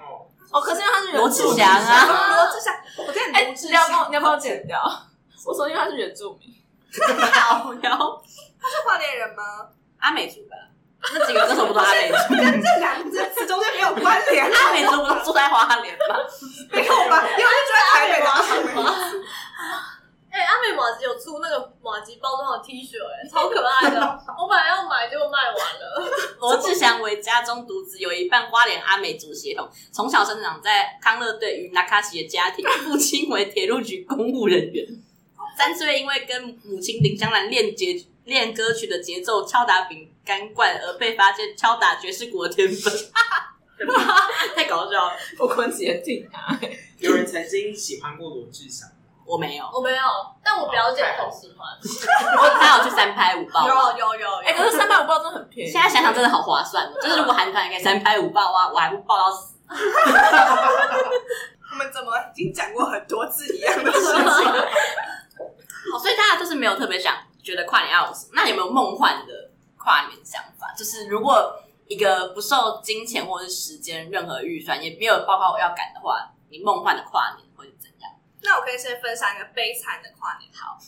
S5: 哦，可是因为他是原
S1: 罗志祥啊，
S6: 罗志祥，我跟你
S5: 哎，
S6: 罗
S5: 你
S6: 志
S5: 要帮
S6: 祥
S5: 我，你要帮我剪掉。我说因为他是原住民，
S1: 好然后
S6: 是跨年人吗？
S1: 阿美族吧，那几个歌手不都阿美族？
S6: 跟这两个词中间没有关联，
S1: 阿美族不都住在花莲吗？
S6: 没有吧？因为我就住在台北的。
S4: 哎、阿美马吉有出那个马吉包装的 T 恤、哎， 超可爱的。我本来要买，结果卖完了。
S1: 罗志祥为家中独子，有一半花莲阿美族血统，从小生长在康乐队与纳卡西的家庭，父亲为铁路局公务人员。三岁因为跟母亲林香兰练节练歌曲的节奏敲打饼干罐，而被发现敲打爵士鼓的天分，太搞笑了！
S5: 我关系也挺大。
S2: 有人曾经喜欢过罗志祥，
S1: 我没有，
S4: 我没有，但我表姐很喜欢。
S1: 我他有去三拍五报。
S4: 哦有有
S5: 哎，可是三百五包真的很便宜
S1: 现。在想想真的好划算哦！就是如果韩团可以三拍五报啊，我还不报到死。
S6: 我们怎么已经讲过很多次一样的事情？
S1: 好，所以大家就是没有特别想觉得跨年要有什么。那你有没有梦幻的跨年想法？就是如果一个不受金钱或者是时间任何预算，也没有包括我要赶的话，你梦幻的跨年会是怎样？
S6: 那我可以先分享一个悲惨的跨年，好，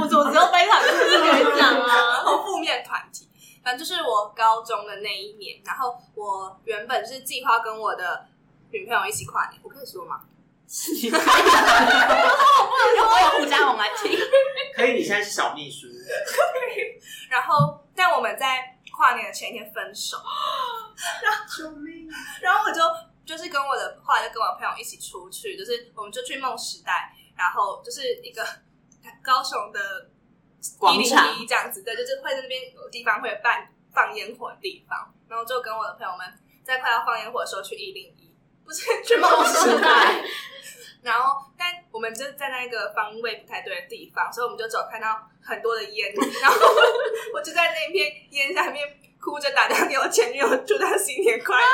S4: 我怎么只有悲惨故事可以讲 啊？
S6: 后负面团体。反正就是我高中的那一年，然后我原本是计划跟我的女朋友一起跨年，我可以说吗？
S1: 你看我有互加盟来听，
S2: 可以，你现在是小秘书，
S6: 然后，但我们在跨年的前一天分手，然后，救命！然后我就就是跟我的，后来就跟我朋友一起出去，就是我们就去梦时代，然后就是一个 高雄的
S1: 广场
S6: 101这样子，对，就是会在那边有地方会办放烟火的地方，然后就跟我的朋友们在快要放烟火的时候去一零一。不不是全梦时代。然后，但我们就在那个方位不太对的地方，所以我们就只有看到很多的烟。然后我我就在那片烟下面哭着打电话给我前女友，祝她新年快乐。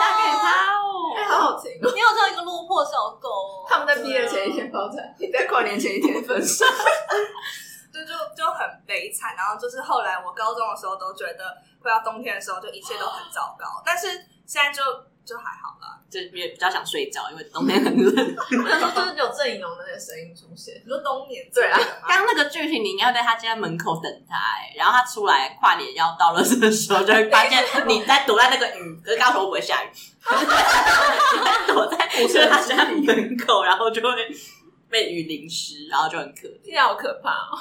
S1: 打给他哦。
S5: 哎，好好听哦。
S4: 你有叫一个落魄小狗哦，
S5: 他们在毕业前一天爆 炸，你在跨年前一天分手。
S6: 就就就很悲惨。然后就是后来我高中的时候都觉得，快要冬天的时候就一切都很糟糕，但是现在就就还好了。
S1: 就也比较想睡觉，因为冬天很冷。
S5: 我想说，就是有郑怡农的那个声音出现。
S6: 你说冬眠
S5: 对啊
S6: 之类的吗
S1: 刚刚那个剧情，你应该在他家门口等他、哎，然后他出来跨年要到了的时候，就会发现你在躲在那个雨，可是高雄不会下雨， 你会躲在就是他家门口，然后就会被雨淋湿，然后就很可怜。
S5: 听起来好可怕哦！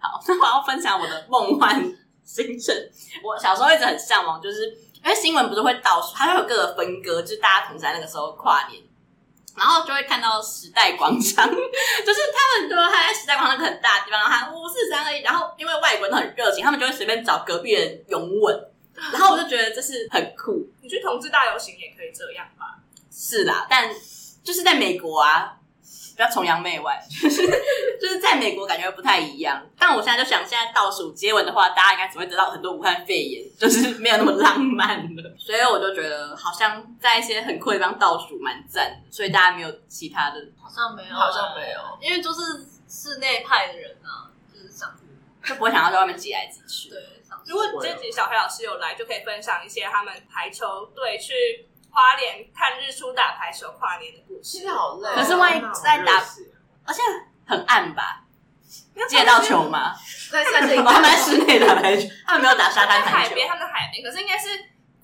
S1: 好，那我要分享我的梦幻行程。我小时候一直很向往，就是因为新闻不是会倒数，它会有各个分割，就是大家同时在那个时候跨年，然后就会看到时代广场，就是他们都还在时代广场那个很大的地方，然后喊五四三二一，然后因为外国人都很热情，他们就会随便找隔壁人拥吻，然后我就觉得这是很酷，
S6: 你去同志大游行也可以这样吧？
S1: 是啦，但就是在美国啊， 不要崇洋媚外，就是就是在美国感觉不太一样。但我现在就想，现在倒数接吻的话，大家应该只会得到很多武汉肺炎，就是没有那么浪漫了。所以我就觉得，好像在一些很酷的地方倒数蛮赞的，所以大家没有其他的，
S4: 好像没有，啊
S5: 好 像没有，
S4: 因为就是室内派的人啊，就是想
S1: 就不会想要在外面挤来挤去。
S4: 对想
S6: 如果这集小黑老师有来，就可以分享一些他们排球队去花莲看日出打排球跨年的故
S5: 其
S6: 事
S5: 实。好累哦。
S1: 可是万一
S2: 啊
S1: 在打，而且很暗吧？接得到球吗？哦
S5: 在夏天，
S1: 他们在室内打排 球，他们没有打沙
S6: 在
S1: 滩排
S6: 海
S1: 球。
S6: 边，他们在海边，可是应该是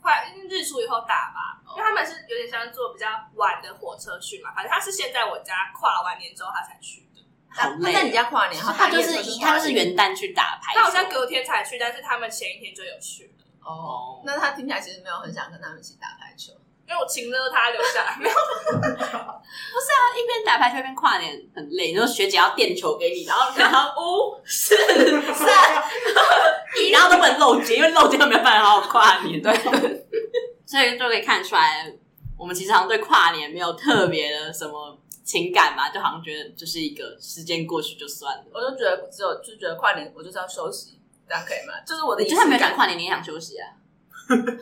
S6: 快日出以后打吧，因为他们是有点像坐比较晚的火车去嘛。反正他是先在我家跨完年之后他才去的，
S1: 好
S5: 他
S1: 累。
S5: 在你家跨年，
S1: 他就是一，他就是元旦去打排球，
S6: 他好像隔天才去，但是他们前一天就有去了。
S5: 哦。那他听起来其实没有很想跟他们一起打排球。
S6: 因为我请了他留下来，没有
S1: 一边打排球一边跨年，很累。你说学姐要垫球给你，然后然后哦五四三 二一，然后都不能漏接，因为漏接就没有办法好好跨年。对， 所以就可以看出来，我们其实好像对跨年没有特别的什么情感嘛，就好像觉得就是一个时间过去就算了。
S5: 我就觉得只有就觉得跨年，我就是要休息，这样可以吗？就是我的仪
S1: 就
S5: 式
S1: 算没有
S5: 感
S1: 讲。跨年，你也想休息啊？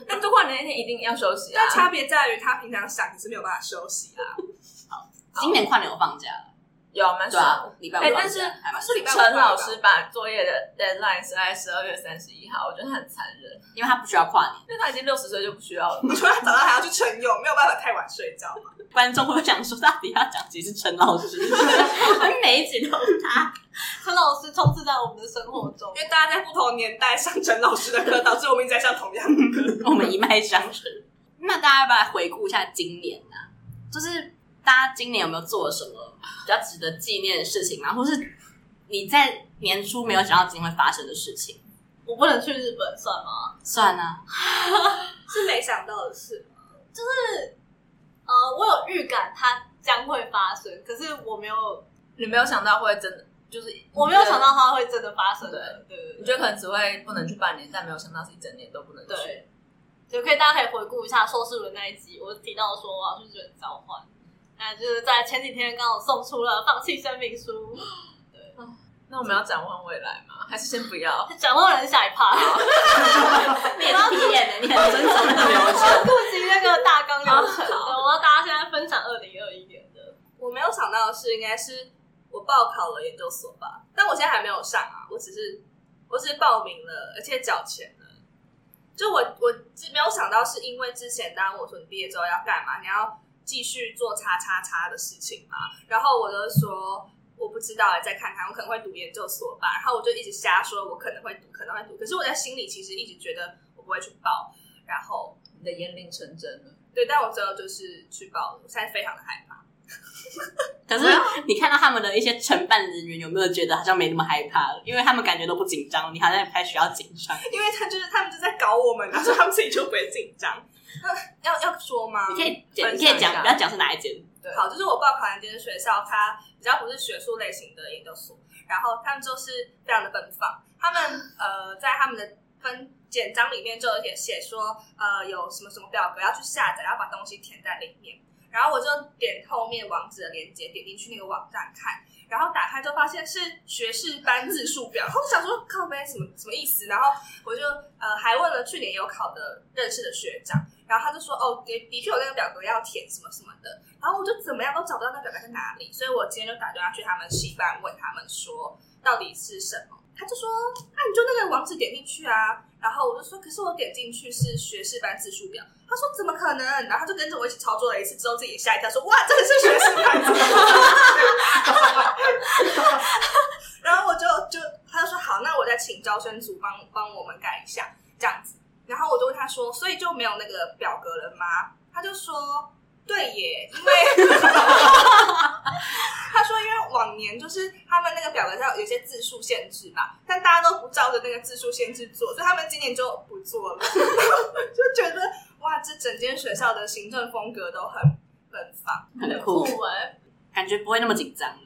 S5: 但就跨年那天一定要休息啊
S6: 但！差别在于他平常想，可是没有办法休息啊。
S1: 今年跨年我放假了，
S5: 有蛮
S1: 对
S5: 爽
S1: 啊。，礼拜五
S5: 哎
S1: 放假。
S5: 但是
S1: 还蛮
S6: 是礼拜五
S5: 陈老
S6: 放
S5: 师
S6: 吧，
S5: 把作业的 deadline 是在十二月三十一号，我觉得他很残忍，
S1: 因为他不需要跨年。
S5: 因为他已经六十岁就不需要了。
S6: 我觉得他早上还要去晨泳，没有办法太晚睡觉。
S1: 观众会不会想说，到底要讲几次陈老师？每一集都他。
S4: 陈老师充斥在我们的生活中
S6: 因，为大家在不同年代上陈老师的课，导致我们一直在上同样的课。
S1: 我们一脉相承。那大家要不要来回顾一下今年呢、啊？ 就是大家今年有没有做什么比较值得纪念的事情啊吗？或是你在年初没有想到今天会发生的事情？
S4: 我不能去日本算吗？
S1: 算啊，
S6: 是没想到的事，
S4: 呃，我有预感它将会发生，可是我没有，
S5: 你没有想到会真的，就是
S4: 我没有想，到它会真的发生的，对对
S5: 你
S4: 对
S5: 觉得可能只会不能去半年，但没有想到是一整年都不能去。
S4: 对，就可以大家可以回顾一下硕士轮那一集，我提到说我要去日本交换，那就是在前几天刚好送出了放弃声明书，
S5: 那我们要展望未来吗？还是先不要？
S4: 讲到人下一趴，
S5: 哦
S1: 你也是皮眼的， 你很遵守那个流程。
S4: 顾及那个大纲流程，对，我要大家现在分享二零二一年的，
S6: 我没有想到的是，应该是我报考了研究所吧，但我现在还没有上啊，我只是我只是报名了，而且缴钱了。就我我没有想到，是因为之前当然我说你毕业之后要干嘛，你要继续做叉叉叉的事情嘛，然后我就说我不知道、再看看，我可能会读研究所吧，然后我就一直瞎说，我可能会读，可能会读，可是我在心里其实一直觉得我不会去报，然后
S5: 你的言灵成真了，
S6: 对，但我最后就是去报了，我现在非常的害怕。
S1: 可是你看到他们的一些承办人员，有没有觉得好像没那么害怕了？因为他们感觉都不紧张，你好像也不太需要紧张。
S6: 因为他就是他们就在搞我们，然后他们自己就不会紧张。那要要说吗？
S1: 你可以讲，
S5: 分享一
S1: 你可
S5: 下
S1: 以讲，不要讲是嗯哪一间。
S6: 好，就是我报考那间学校，它比较不是学术类型的研究所，然后他们就是非常的奔放，他们呃在他们的分简章里面就有写写说，呃，有什么什么表格要去下载，要把东西填在里面。然后我就点后面网址的链接，点进去那个网站看，然后打开就发现是学士班字数表，然后我想说靠呗，什么什么意思？然后我就呃还问了去年有考的认识的学长，然后他就说哦的的确有那个表格要填什么什么的，然后我就怎么样都找不到那表格在哪里，所以我今天就打电话去他们系办问他们说到底是什么，他就说那、你就那个网址点进去啊，然后我就说可是我点进去是学士班字数表，他说怎么可能，然后他就跟着我一起操作了一次之后自己也吓一跳说哇这个是学士班字数表。然后我就就他就说好，那我再请招生组帮帮我们改一下这样子。然后我就问他说，所以就没有那个表格了吗？他就说对耶，因为 他说因为往年就是他们那个表格上有些字数限制嘛，但大家都不照着那个字数限制做，所以他们今年就不做了。 就觉得哇，这整间学校的行政风格都很奔放，
S1: 很酷，
S4: 酷哎，
S1: 感觉不会那么紧张了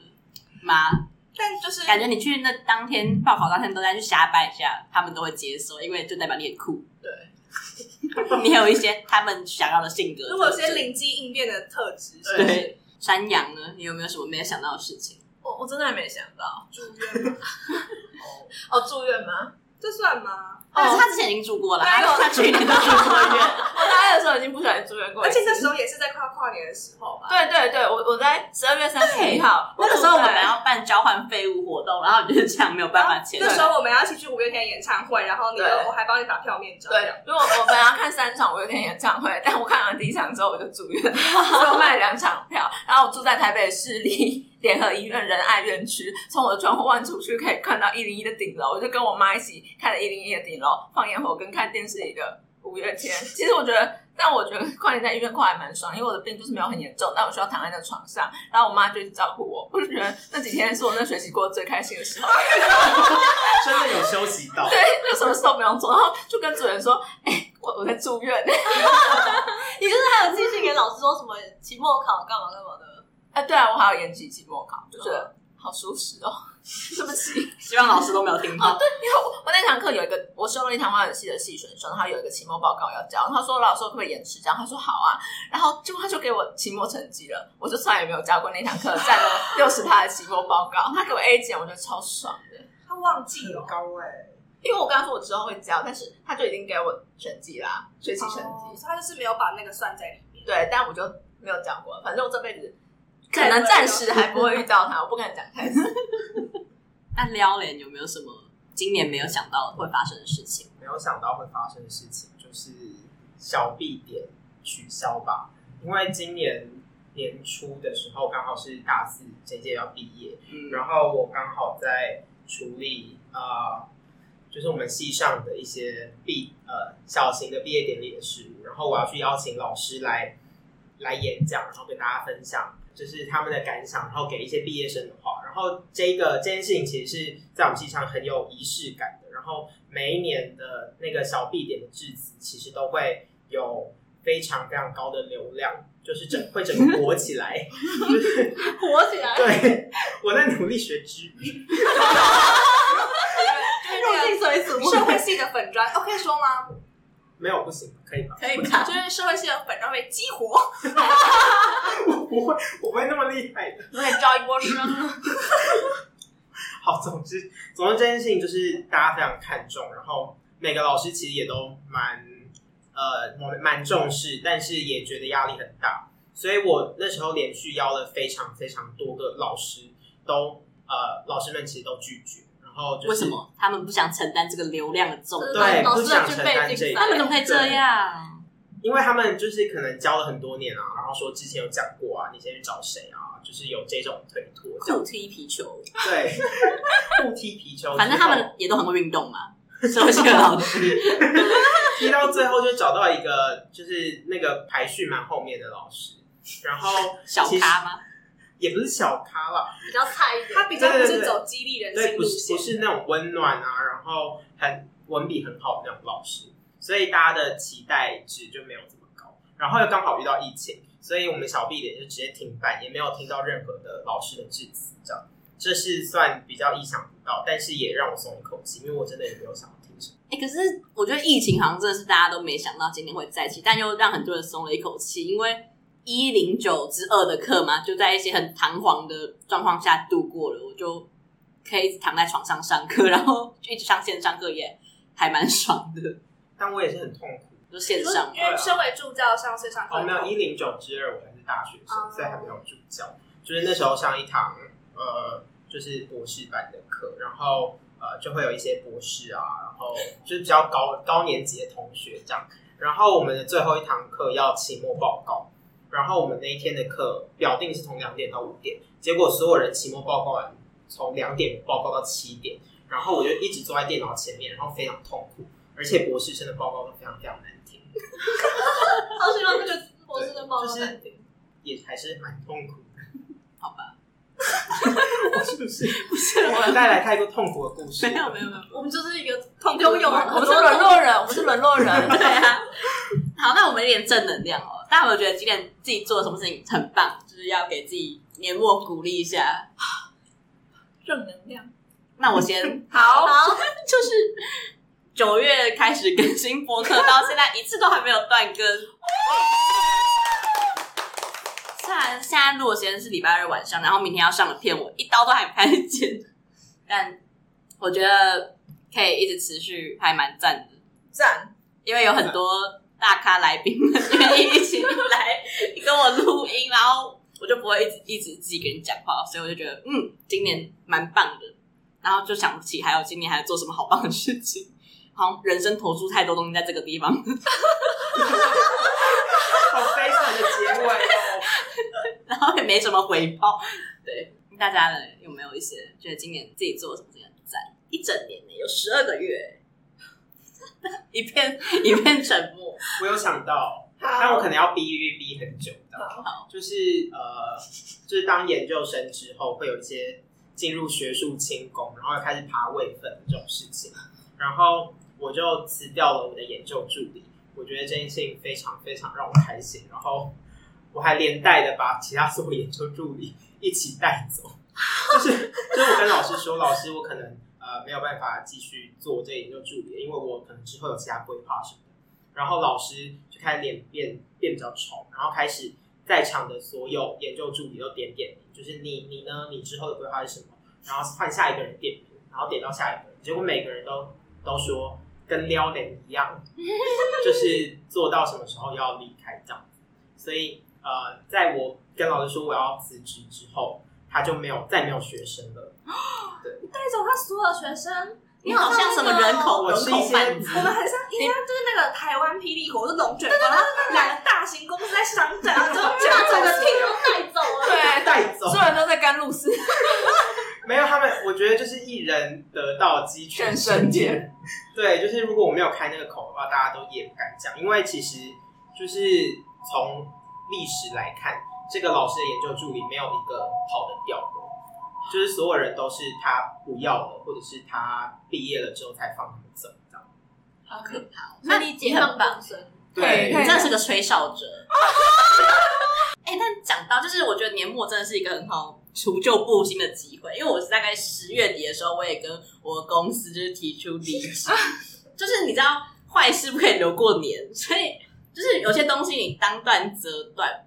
S1: 吗？
S6: 但就是
S1: 感觉你去那当天报考当天都在去瞎掰一下，他们都会接受，因为就代表你很酷。对，你有一些他们想要的性格特质。
S6: 如果有些灵机应变的特质，是不是
S1: 对山羊呢，你有没有什么没有想到的事情？
S5: 我我真的还没想到
S6: 住院吗？
S5: 哦，住院吗？
S6: 这算吗？
S1: 但哦是他之前已经住过了，
S5: 对啊
S1: 他他去年都住过 一遍。
S5: 我大二的时候已经不小心住院过一
S6: 而
S5: 次，
S6: 且那时候也是在跨跨年的时候吧。
S5: 对对对，我我在十二月三十一号，
S1: 哎那个时候我们本来
S5: 要
S1: 要办交换废物活动，然后你就是这样没有办法签。
S6: 那时候我们要一起去五月天演唱会，然后你就
S5: 对
S6: 我还帮你把票面交掉。
S5: 对，如果我本来要看三场五月天演唱会， 但我看完第一场之后我就住院，所以我卖了两场票。然后我住在台北市立联合医院仁爱院区，从我的窗户望出去可以看到一零一的顶楼，我就跟我妈一起看了一零一的顶楼放烟火，跟看电视里的五月天。其实我觉得。但我觉得跨年在医院跨还蛮爽，因为我的病就是没有很严重，但我需要躺在那床上，然后我妈就一直照顾我。我就觉得那几天是我那学期过得最开心的时候。
S2: 真的有休息到。
S5: 对，就什么事都不用做，然后就跟主人说：“哎、我我在住院。
S4: 你就是还有寄信给老师说什么期末考干嘛干嘛的。”
S5: 哎，对 啊，我还有延期期末考，就觉得好舒适哦。对不起，
S1: 希望老师都没有听到。
S5: 因为 我我那堂课有一个，我修了一堂外语系的系选修，然后他有一个期末报告要交，然后他说老师我可不可以延迟交？他说好啊，然后结果他就给我期末成绩了，我就再也没有交过那堂课，占了六十趴的期末报告，他给我 A 减，我觉得超爽的。
S6: 他忘记了，
S2: 高哎、
S5: 因为我刚刚说我之后会交，但是他就已经给我成绩啦，学习成绩
S6: 哦，他就是没有把那个算在里面。
S5: 对，但我就没有讲过，反正我这辈子可能暂时还不会遇到他，我不敢讲太多。
S1: 那撩脸有没有什么今年没有想到会发生的事情？
S2: 没有想到会发生的事情，就是小 B 点取消吧，因为今年年初的时候刚好是大四这届要毕业，
S1: 嗯，
S2: 然后我刚好在处理呃，就是我们系上的一些毕呃小型的毕业典礼的事务，然后我要去邀请老师来来演讲，然后跟大家分享就是他们的感想，然后给一些毕业生的话。然后这个这件事情其实是在我们系上很有仪式感的，然后每一年的那个小毕点的致辞，其实都会有非常非常高的流量。就是整会整个火起来，就是
S4: 火起来，
S2: 对，我在努力学知语。
S6: 就是
S4: 入
S6: 那
S4: 境随俗。
S6: 个社会系的粉砖，哦，可以说吗？
S2: 没有不行，可以吧？
S1: 可以吧
S6: 就？是社会系的粉砖被激活，
S2: 我不会，我不会那么厉害的。
S5: 我也招一波生，
S2: 好，总之，总之这件事情就是大家非常看重，然后每个老师其实也都蛮呃蛮蛮重视，但是也觉得压力很大，所以我那时候连续邀了非常非常多个老师，都呃老师们其实都拒绝，然后就是
S1: 为什？么他们不想承担这个流量的重担？
S2: 对，
S4: 老
S2: 不
S4: 师
S2: 想
S4: 要去
S2: 承
S4: 背
S2: 担
S4: 竞
S2: 这
S4: 赛
S2: 个
S1: 他。们怎么可以这样？
S2: 因为他们就是可能教了很多年啊，然后说之前有讲过啊，你先去找谁啊，就是有这种推脱，这样
S1: 酷踢皮球，
S2: 对， 不踢皮球之后，
S1: 反正他们也都很会运动嘛。社会系的老师，
S2: 踢到最后就找到一个就是那个排序蛮后面的老师，然后
S1: 小咖吗？
S2: 也不是小咖啦，
S4: 比较菜一点，
S6: 他比较不
S2: 对对
S6: 是
S2: 对
S6: 走激励人
S2: 对，
S6: 心
S2: 不
S6: 路
S2: 是
S6: 线
S2: 不。是那种温暖啊，然后很文笔很好的那种老师，所以大家的期待值就没有这么高。然后又刚好遇到疫情，所以我们小 B 点就直接停办，也没有听到任何的老师的致辞，这样这是算比较意想不到，但是也让我松一口气，因为我真的也没有想要听什么。
S1: 哎、可是我觉得疫情好像真的是大家都没想到今年会再起，但又让很多人松了一口气，因为一零九之二的课嘛，就在一些很弹簧的状况下度过了，我就可以一直躺在床上上课，然后就一直上线上课也还蛮爽的，
S2: 但我也是很痛苦。
S1: 就线上
S4: 啊
S6: 因为身为助教上线上课
S2: 哦，没有一零九之二，我还是大学生，所以还没有助
S6: 哦
S2: 教。就是那时候上一堂呃，就是博士班的课，然后呃，就会有一些博士啊，然后就是比较高高年级的同学这样。然后我们的最后一堂课要期末报告，然后我们那一天的课表定是从两点到五点，结果所有人期末报告完从两点报告到七点，然后我就一直坐在电脑前面，然后非常痛苦，而且博士生的报告都非常非常难听。
S4: 好喜欢这个博士的报告
S2: 就是
S4: 难听。
S2: 也还是蛮痛苦 的，好吧？ 我是不是
S1: 不是我
S2: 我带来太多痛苦的故事？
S1: 没有没有没有。
S4: 我们就是一个痛
S1: 都
S4: 拥
S1: 有
S4: 有
S1: 很
S5: 我们是 沦落人，我们是沦落人。
S1: 对啊，好，那我们一点正能量哦。大家有没有觉得今年自己做了什么事情很棒？就是要给自己年末鼓励一下。
S5: 正能量。
S1: 那我先，
S5: 好，
S1: 就是九月开始更新博客，到现在一次都还没有断更。虽然现在录的时间是礼拜二晚上，然后明天要上的片我一刀都还没开始剪，但我觉得可以一直持续，还蛮赞的。
S5: 赞，
S1: 因为有很多大咖来宾 们愿意一起来跟我录音，然后我就不会一直一直自己跟你讲话，所以我就觉得嗯，今年蛮棒的。然后就想不起还有今年还做什么好棒的事情，好像人生投注太多东西在这个地方。
S2: 好悲惨的结尾哦！
S1: 然后也没什么回报。对，大家呢有没有一些觉得今年自己做了什么事情很赞？一整年呢有十二个月， 一片 一片沉默。
S2: 我有想到，但我可能要逼逼逼很久的。好，就是呃，就是当研究生之后，会有一些进入学术清宫，然后开始爬位分这种事情。然后我就辞掉了我的研究助理，我觉得这件事情非常非常让我开心。然后我还连带的把其他所有研究助理一起带走，就是就是我跟老师说，老师我可能呃没有办法继续做这个研究助理，因为我可能之后有其他规划什么的。然后老师就开始脸变变比较丑，然后开始在场的所有研究助理都点点名，就是你你呢，你之后的规划是什么？然后换下一个人点名，然后点到下一个人，结果每个人都都说跟撩人一样，就是做到什么时候要离开这样子。所以呃，在我跟老师说我要辞职之后，他就没有再没有学生了。
S6: 带走他所有学生，
S1: 你好像什么人口
S2: 我
S1: 人
S2: 是一
S1: 口
S2: 些
S1: 贩子，
S6: 我们很像，因为就是那个台湾霹雳火，是龙卷风，然后两个大型公司在商战，啊然后就
S4: 把
S6: 把
S4: 整
S6: 整
S4: 个
S6: 个
S4: team 都带走了。
S5: 对，
S2: 带走
S5: 所有人都在甘露寺。
S2: 没有他们，我觉得就是一人得道鸡犬升天。对，就是如果我没有开那个口的话，大家都也不敢讲，因为其实就是从历史来看，这个老师的研究助理没有一个跑得掉的，就是所有人都是他不要了，或者是他毕业了之后才放他们走。这样
S1: 好可怕！
S4: 那你解放本身，
S5: 对
S1: 你真的是个吹哨者。 哎、但讲到就是，我觉得年末真的是一个很好除旧布新的机会，因为我是大概十月底的时候，我也跟我公司就是提出离职，就是你知道坏事不可以留过年，所以就是有些东西你当断则断。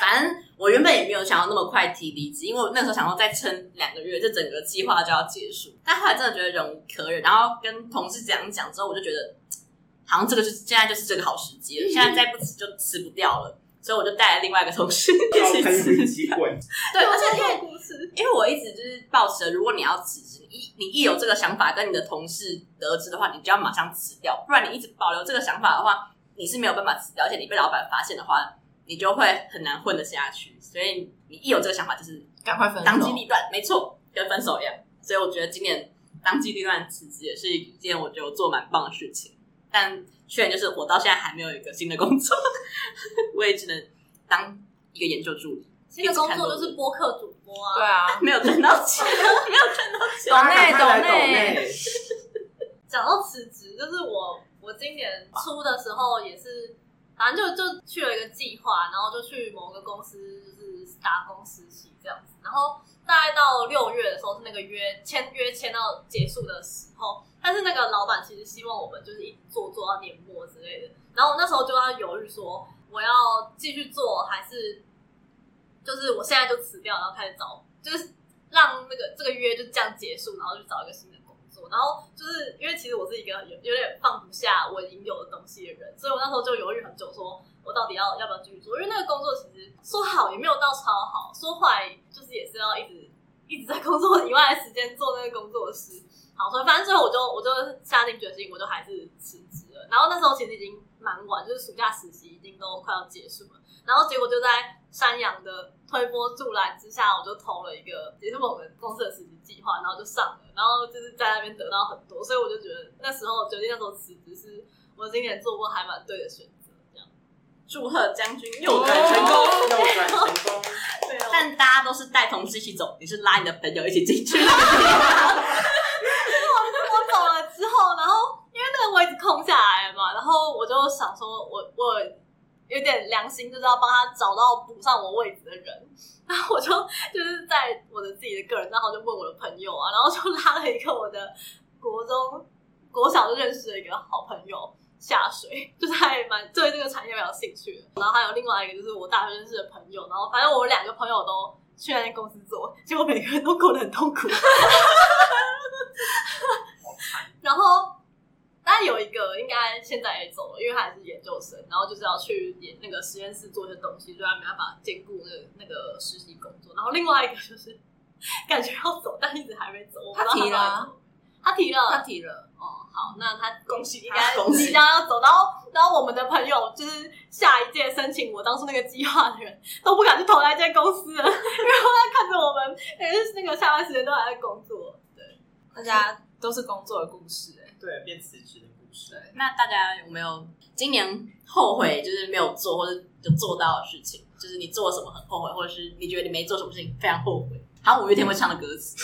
S1: 反正我原本也没有想要那么快提离职，因为我那时候想要再撑两个月，这整个计划就要结束。但后来真的觉得忍无可忍，然后跟同事讲一讲之后，我就觉得嗯好像这个就是现在就是这个好时机了，现在再不辞就辞不掉了，所以我就带了另外一个同事一起
S2: 喷一
S1: 辞。
S2: 起滚，
S1: 对，而且因为
S4: 故事，
S1: 因为我一直就是抱持，如果你要辞职，你一你一有这个想法，跟你的同事得知的话，你就要马上辞掉，不然你一直保留这个想法的话，你是没有办法辞掉，而且你被老板发现的话，你就会很难混得下去。所以你一有这个想法，就是
S5: 赶快分
S1: 当机立断，没错，跟分手一样。所以我觉得今年当机立断辞职也是一件我觉得我做蛮棒的事情，但缺点就是我到现在还没有一个新的工作，我也只能当一个研究助理，
S4: 这个工作就是播客主播啊。
S5: 对啊，
S1: 没有赚到钱，没有赚到钱。
S5: 懂内
S2: 大家赶快来
S5: 懂
S2: 抖
S5: 内
S2: 内，
S4: 讲到辞职，就是我我今年初的时候也是，反正就就去了一个计划，然后就去某个公司就是打工实习这样子，然后大概到六月的时候是那个约签约签到结束的时候，但是那个老板其实希望我们就是一直做做到年末之类的。然后我那时候就要犹豫说，我要继续做还是就是我现在就辞掉，然后开始找，就是让那个这个约就这样结束，然后去找一个新的工作。然后就是因为其实我是一个有有点放不下我已经有的东西的人，所以我那时候就犹豫很久说。我到底要要不要继续做？因为那个工作其实说好也没有到超好，说坏就是也是要一直一直在工作以外的时间做那个工作的事。好，所以反正最后我就我就下定决心，我就还是辞职了。然后那时候其实已经蛮晚，就是暑假实习已经都快要结束了。然后结果就在山羊的推波助澜之下，我就投了一个也是我们公司的实习计划，然后就上了。然后就是在那边得到很多，所以我就觉得那时候决定那时候辞职是我今年做过还蛮对的选择。这样
S1: 祝贺将军右转成功。
S2: 右转成功，
S4: 对啊
S1: 但大家都是带同志一起走，你是拉你的朋友一起进去。
S4: 我走了之啊后，然后因为那个位置空下来了嘛，然后我就想说我，我有点良心，就是要帮他找到补上我位置的人。然后我就就是在我的自己的个人账号就问我的朋友啊，然后就拉了一个我的国中、国小就认识的一个好朋友下水，就是还蛮对这个产业蛮有兴趣的。然后还有另外一个就是我大学认识的朋友，然后反正我两个朋友都去那间公司做，结果每个人都过得很痛苦。然后，但有一个应该现在也走了，因为他还是研究生，然后就是要去研那个实验室做一些东西，所以他没办法兼顾那个那个实习工作。然后另外一个就是 感觉要走，但一直还没走。我不知道
S5: 他提了啊
S4: 到底走没，他提了，
S5: 他提了，
S4: 哦，好，那他
S6: 恭喜
S4: 应
S6: 他，
S4: 该即将要走，然后然后我们的朋友就是下一届申请我当初那个计划的人都不敢去投那间公司了， 然后他看着我们，也是那个下班时间都还在工作，
S5: 大家都是工作的故事、哎，
S2: 对，变辞职的故事。
S1: 那大家有没有今年后悔就是没有做或者有做到的事情？就是你做了什么很后悔，或者是你觉得你没做什么事情非常后悔？好像五月天会唱的歌词，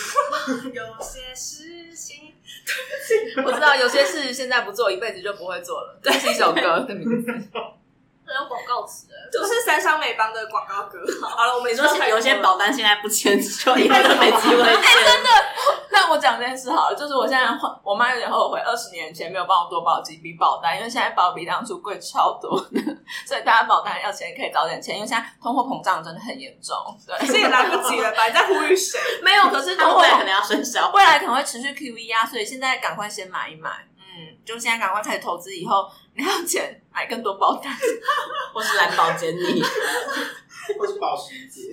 S6: 有些事情
S5: 我知道有些事现在不做，一辈子就不会做了。这是一首歌的名字，
S4: 这有广告词了。
S6: 都是三商美邦的广告歌。
S1: 好了，我们说有些哎保单现在不签，就 以后就没机会签。
S5: 那我讲这件事好了，就是我现在换我妈有点后悔，二十年前没有帮我多保几笔保单，因为现在保比当初贵超多的，所以大家保单要钱可以早点签，因为现在通货膨胀真的很严重。对，
S6: 这也来不及了吧？你在呼吁谁？
S5: 没有，可是通
S1: 他
S5: 货
S1: 未来
S5: 膨
S1: 可能要生效，
S5: 未来可能会持续 QE 啊，所以现在赶快先买一买，嗯，就现在赶快开始投资，以后你还有钱买更多保单。
S1: 或是来保捡你。
S2: 或是保时捷，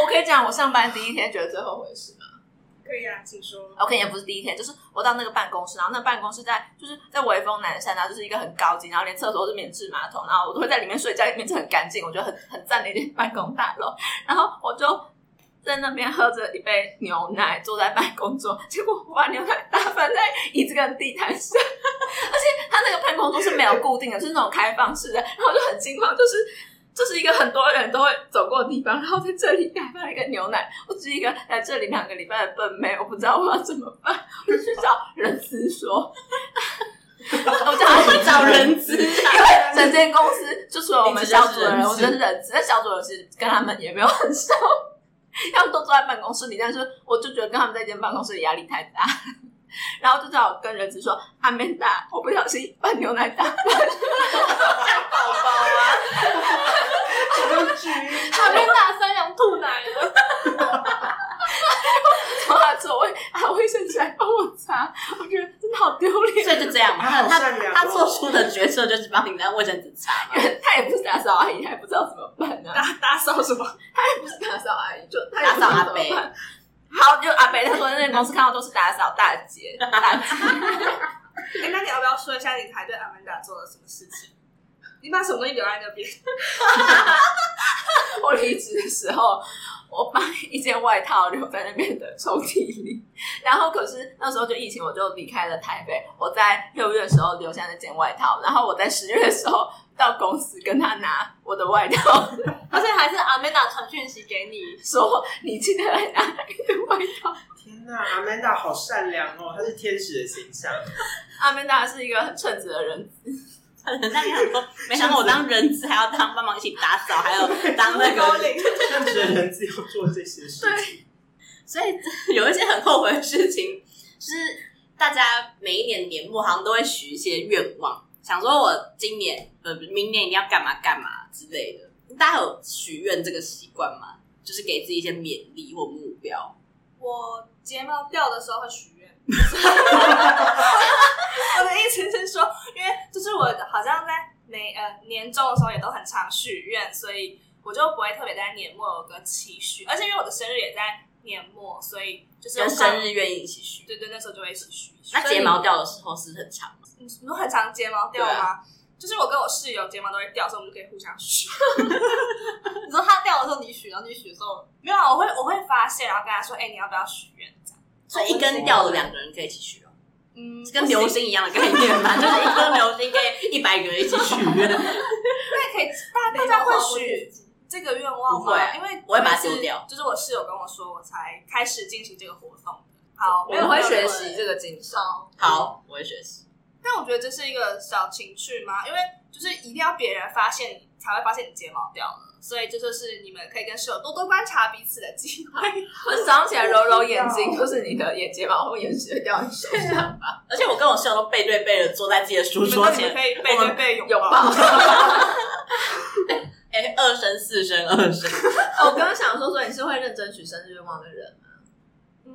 S5: 我可以讲我上班第一天觉得最后悔的事吗
S6: 可以啊，请 说。
S5: ？OK，也不是第一天，就是我到那个办公室，然后那个办公室在就是在微风南山，然后就是一个很高级，然后连厕所都是免治马桶，然后我都会在里面睡觉，里面就很干净，我觉得很很赞的一间办公大楼。 然后我就在那边喝着一杯牛奶，坐在办公桌，结果我把牛奶打翻在椅子跟地毯上， 而且他那个办公桌是没有固定的，就是那种开放式的，然后我就很惊慌，就是。这是一个很多人都会走过的地方，然后在这里打翻了一个牛奶。我只是一个来这里两个礼拜的笨妹，我不知道我要怎么办，我就去找人资说， 我找
S1: 会找人资
S5: 因为整间公司就除了我们小组的
S1: 你
S5: 人，
S1: 只
S5: 我
S1: 是
S5: 觉
S1: 人
S5: 得
S1: 资
S5: 人资，但小组的人其实跟他们也没有很熟， 他们都坐在办公室里，但是我就觉得跟他们在一间办公室里压力太大， 然后就只好跟人资说阿没打，我不小心把牛奶打翻，
S4: 他边打山羊吐奶了，
S5: 从他座位拿卫生纸来帮我擦，我觉得真的好丢脸。
S1: 所以就这样嘛，他
S2: 他好
S1: 啊他
S2: 善良哦
S1: 他做出的决策就是帮你拿卫生纸擦嘛。
S5: 他也不是打扫阿姨，他也不知道怎么办呢、
S6: 打打扫什么？
S5: 不是打扫阿姨，就他
S1: 打扫阿伯
S5: 贝。好，就阿北他说那间公司看到都是打扫大姐，大姐。
S6: 哎，那你要不要说一下你还对阿曼达做了什么事情？你把什么东西留在那边？
S5: 我离职的时候， 我把一件外套留在那边的抽屉里， 然后可是那时候就疫情，我就离开了台北。我在六月的时候留下那件外套，然后我在十月的时候到公司跟他拿我的外 套，
S4: 而且还是阿美达传讯息给你，
S5: 说你记得来 拿你的外套。
S2: 天哪，阿曼达好善良哦，她是天使的形象。
S5: 阿曼达是一个很称职的人，
S1: 那你很多，没想到我当人质还要当帮忙一起打扫，还有当 那个，
S2: 正直的人自由做这些事情。
S1: 所以 有一些很后悔的事情，就是大家每一年年末好像都会许一些愿望，想说我今年呃明年一定要干嘛干嘛之类的。大家有许愿这个习惯吗？就是给自己一些勉励或目标。
S6: 我睫毛掉的时候会许 愿，
S4: 我的意思是说，因为就是我好像在每呃年终的时候也都很常许愿，所以我就不会特别在年末有个期许，而且因为我的生日也在年末，所以就是
S1: 跟生日愿意一起许。
S4: 对对，那时候就会一起许。嗯
S1: 那睫毛掉的时候是很长吗？
S6: 你你很常睫毛掉
S1: 对
S6: 吗？就是我跟我室友睫毛都会掉，所以我们就可以互相 许。
S4: 你说他掉的时候你许，然后你许的时候，啊
S6: 没有，我会我会发现，然后跟他说：“哎、你要不要许愿
S1: 所以一根掉了，两个人可以一起许哦，？”
S6: 嗯
S1: 是跟流星一样的概念嘛， 就是一颗流星跟一百个人一起许愿。
S6: 那可以，大大家会许这个愿望
S1: 不
S6: 吗？
S1: 会啊
S6: 因为
S1: 我会把它
S6: 是
S1: 丢掉
S6: 就是我室友跟我说，我才开始进行这个活动的。好，
S5: 我们会学
S6: 没有
S5: 习这个精神。
S1: 好，我会学习。
S6: 但我觉得这是一个小情趣嘛，因为就是一定要别人发现你才会发现你睫毛掉了，所以这就是你们可以跟室友多多观察彼此的机 会。
S5: 我早上起来揉揉眼睛，就是你的眼睫毛或眼屎掉你手上 吧，
S1: 而且我跟我室友都背对背的坐在自己的书桌
S6: 你 们
S1: 前，
S6: 可以背对背拥
S5: 拥抱。
S1: 哎、二声、四声、二声，
S5: 哦我刚刚想说，说你是会认真许生日愿望的人，
S6: 嗯，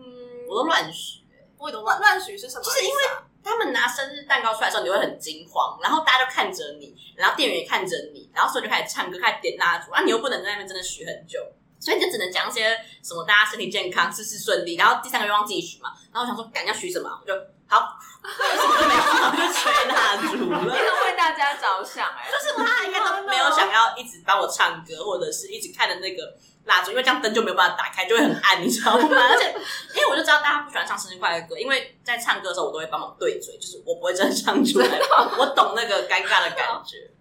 S1: 我都乱许。
S6: 我都乱乱许是什么意思
S1: 就
S6: 啊？
S1: 是因为他们拿生日蛋糕出来的时候，你会很惊慌，然后大家就看着你，然后店员也看着你，然后所以就开始唱歌，开始点蜡烛，啊，你又不能在那边真的许很久，所以你就只能讲一些什么大家身体健康、事事顺利，然后第三个愿望自己许嘛。然后我想说，敢要许什么啊，我就 好，什么都没有，我就吹蜡烛了。
S5: 真的为大家着想哎、
S1: 就是他应该都没有想要一直帮我唱歌，或者是一直看着那个蜡烛，因为这样灯就没有办法打开，就会很暗，你知道吗？ 而且，因为我就知道大家不喜欢唱生日快乐歌，因为在唱歌的时候我都会帮忙对嘴，就是我不会真的唱出来， 我懂那个尴尬的感觉。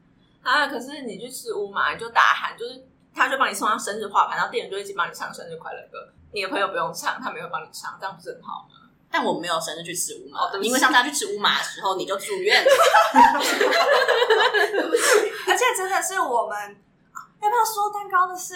S5: 啊，可是你去吃乌马，你就大喊，就是他就帮你送上生日花盘，然后店员就一起帮你唱生日快乐歌。你的朋友不用唱，他们也会帮你唱，这样不是很好吗？
S1: 但我没有生日去吃乌马，
S5: 哦对不起
S1: 因为上次要去吃乌马的时候你就住 院，
S6: 而且真的是我们要不要说蛋糕的事？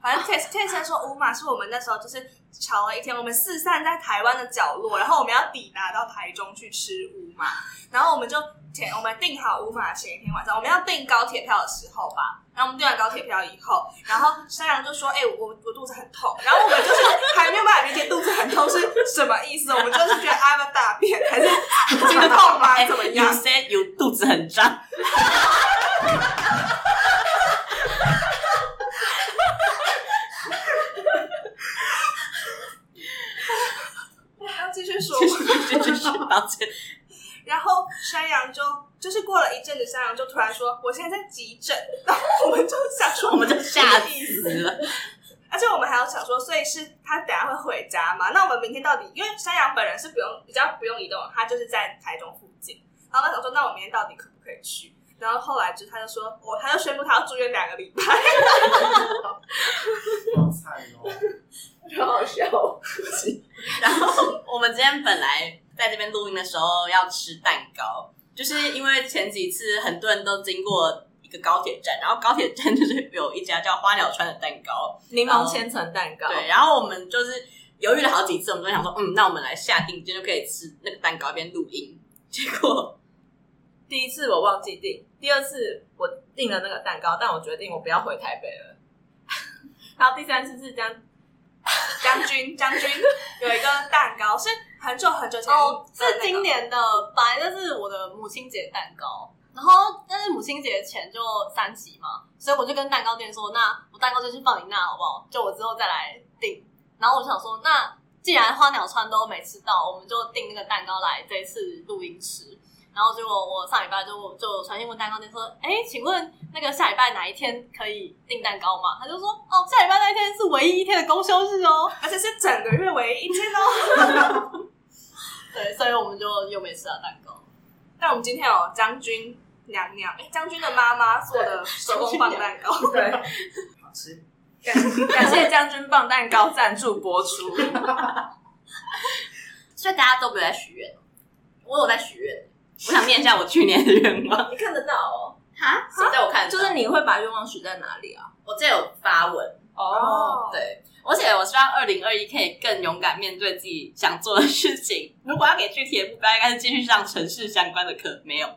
S6: 反正 K K 先说五马是我们那时候就是瞧了一天，我们四散在台湾的角落，然后我们要抵达到台中去吃五马，然后我们就前我们订好五马前一天晚上，我们要订高铁票的时候吧。然后我们订完高铁票以后，然后山羊就说：“哎、我我肚子很痛。”然后我们就是还没有办法理解肚子很痛是什么意思，我们就是觉得啊要大便还是经痛吗？还是怎么
S1: 有
S6: 样？
S1: 些有肚子很胀，
S6: 要继续说吗
S1: 就是就是抱歉，
S6: 然后山羊就就是过了一阵子，山羊就突然说：“我现在在急诊。”然后我们就想说，
S1: 我们就吓死了。
S6: 而且我们还要想说，所以是他等下会回家嘛？那我们明天到底，因为山羊本人是不用比较不用移动，他就是在台中附近。然后他想说，那我明天到底可不可以去？然后后来就他就说，我他就宣布他要住院两个礼 拜。
S2: 好惨哦！
S5: 好好笑。
S1: 然后我们今天本来在这边录音的时候要吃蛋糕，就是因为前几次很多人都经过一个高铁站，然后高铁站就是有一家叫花鸟川的蛋糕，
S5: 柠檬千层蛋糕，
S1: 对，然后我们就是犹豫了好几次，我们就想说，嗯，那我们来下定今天就可以吃那个蛋糕一边录音，结果
S5: 第一次我忘记订，第二次我订了那个蛋糕，但我决定我不要回台北了。然后第三次是这样，
S6: 将军将军有一个蛋糕是很久很久前
S4: 哦，
S6: 的那
S4: 是
S6: 个
S4: 今年的，本来就是我的母亲节蛋糕，然后但是母亲节前就三级嘛，所以我就跟蛋糕店说，那我蛋糕就先放你那好不好？就我之后再来订。然后我想说，那既然花鸟川都没吃到，我们就订那个蛋糕来这一次录音吃。然后结果我上礼拜就就传信问蛋糕店说，哎，请问那个下礼拜哪一天可以订蛋糕吗？他就说，哦，下礼拜那一天是唯一一天的公休日哦。
S6: 而且是整个月唯一一天哦。
S4: 对，所以我们就又没吃到蛋糕。
S6: 但我们今天有将军娘娘，哎，将军的妈妈做的手工棒蛋 糕。
S5: 对，
S2: 好吃，
S5: 感谢将军棒蛋糕赞助播出。
S1: 所以大家都没有在许愿，我有在许愿，我想念一下我去年的愿望。
S5: 你看得到哦。
S1: 哈，谁在我看得
S5: 就
S1: 到？
S5: 是你会把愿望许在哪里啊？
S1: 我这有发文，
S5: 哦，
S1: 对，而且我希望二零二一可以更勇敢面对自己想做的事情。 如果要给具体的目标，应该是继续上城市相关的课，没 有；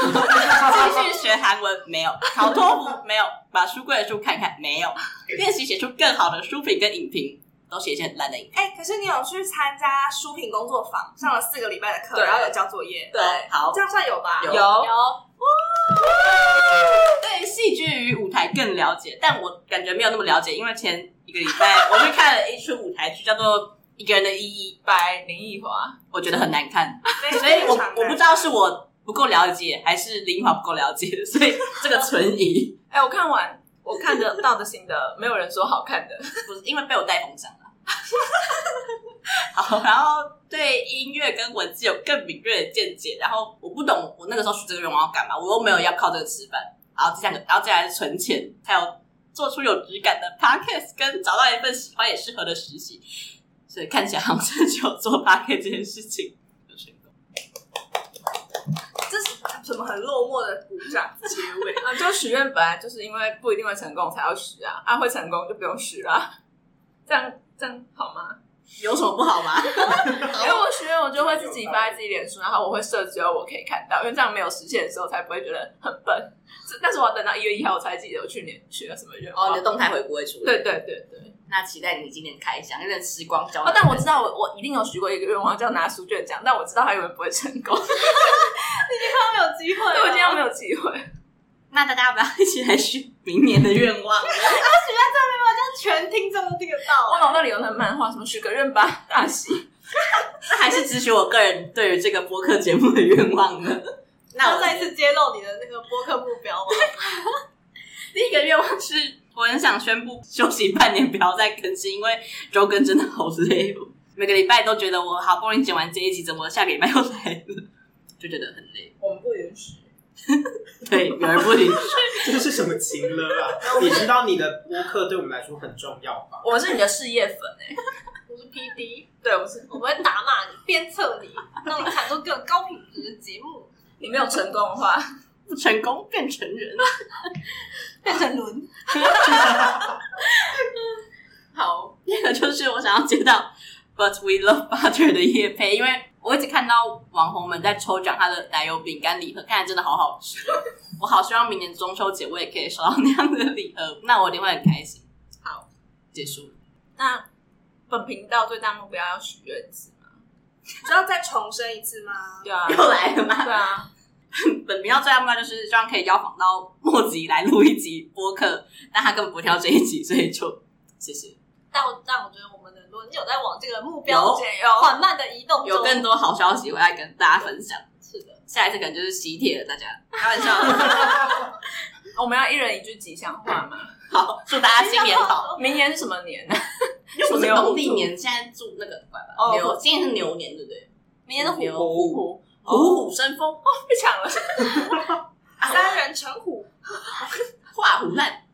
S1: 继续学韩文，没有；考托福，没有；把书柜的书看看，没有；练习写出更好的书评跟影评，都写一些很烂的影评。
S6: 哎、可是你有去参加书评工作坊，上了四个礼拜的课，
S1: 对
S6: 然后有交作业，
S1: 对，好
S6: 这，样算有吧？
S1: 有
S5: 有
S1: 对戏剧与舞台更了解，但我感觉没有那么了解，因为前一个礼拜我去看了一出舞台剧，叫做《一个人的意义》，
S5: 白林奕华，
S1: 我觉得很难看，
S6: 非
S1: 所以我
S6: 非常
S1: 我不知道是我不够了解，还是林华不够了解，所以这个存疑
S5: 哎，我看完，我看得到的新的，没有人说好看的。。
S1: 不是因为被我带风向了。 好，然后对音乐跟文字有更敏锐的见解，然后我不懂我那个时候许这个愿望要干嘛，我又没有要靠这个吃饭。然后第三个，然后接下来是存钱，还有做出有质感的 podcast，跟找到一份喜欢也适合的实习。所以看起来好像真的只有做 podcast 这件事情有成功。
S6: 这是什么很落寞的鼓掌结尾
S5: 啊，就许愿本来就是因为不一定会成功才要许啊，啊会成功就不用许啦， 这样这样好吗？
S1: 有什么不好吗？
S5: 因为我许愿，我就会自己发在自己脸书，然后我会设置有我可以看到，因为这样没有实现的时候才不会觉得很笨。这但是我要等到一月一号我才记得我去年许了什么愿望。
S1: 哦动态回顾会出
S5: 对对对对。
S1: 那期待你今年开箱，有点时光胶
S5: 哦，但我知道我我一定有许过一个愿望，叫拿书卷奖，但我知道还有人不会成功，
S4: 没有机会了，
S5: 对啊 哦我今天没有机会。
S1: 那大家要不要一起来许明年的愿望？
S4: 全听众都听得到
S5: 我。脑袋里有那漫画，什么许个愿吧，大喜。
S1: 那 还是只许我个人对于这个播客节目的愿望呢？那
S4: 要
S1: 我
S4: 再次揭露你的那个播客目标啊吗？
S1: 第一个愿望是，我很想宣布休息半年，不要再更新，因为周更真的好累哦。 每个礼拜都觉得我好不容易剪完这一集，怎么下个礼拜又来了，就觉得很累。
S5: 我们不允许。
S1: 对，有人不允许。
S2: 这是什么情了啊？你知道你的播客对我们来说很重要吧？
S5: 我是你的事业粉哎、
S4: 我是 P D，
S5: 对，我是
S4: 我们会打骂你、鞭策你， 让你产出更高品质的节目，
S5: 你没有成功的话，
S1: 不成功变成人。
S4: 变成轮。
S1: 好，第二个就是我想要接到 But We Love Butter 的夜配，因为我一直看到网红们在抽奖他的奶油饼干礼盒，看起来真的好好吃哦。我好希望明年中秋节我也可以收到那样的礼盒，那我一定会很开心。好，结束了。
S5: 那本频道最大目标要许愿字嘛？
S6: 需要再重申一次吗？
S5: 对啊，
S1: 又来了吗？
S5: 对啊，
S1: 本频道最大目标就是希望可以邀访到莫吉来录一集播客，但他根本不挑这一集，所以就谢谢。
S4: 但我但我觉得我们的轮有在往这个目
S1: 有
S4: 标
S5: 有
S4: 缓慢的移动中，
S1: 有更多好消息我来跟大家分享。
S4: 是的，
S1: 下一次可能就是喜帖了，大 家开玩笑。
S5: 我们要一人一句吉祥话嘛。
S1: 好，祝大家新年好。
S5: 明年是什么年？
S1: 又不是农历年，现在祝那个乖吧。
S5: 哦
S1: 牛，今年是牛年，对不对？明年是
S5: 牛
S1: 虎
S5: 虎
S1: 虎虎生风，
S5: 被抢哦了，
S6: 三人成虎，
S1: 画虎烂。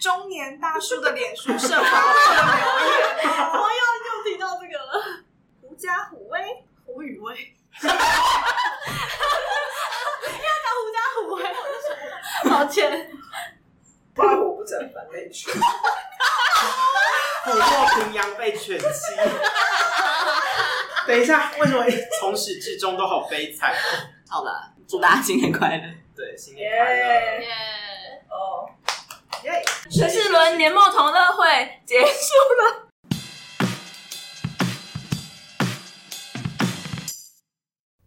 S6: 中年大叔的脸书社
S4: 又
S6: 团
S4: 提到这个了。
S6: 狐假虎威，虎与威。
S4: 抱歉，
S2: 花火不成反被犬，虎落平阳被犬欺。等一下，为什么哎从始至终都好悲惨？哦
S1: 好了， 祝大家新年快乐。
S2: 对，新年快乐！
S4: 耶！
S5: 哦，
S2: 耶！
S5: 陈世伦年末同乐会结束了。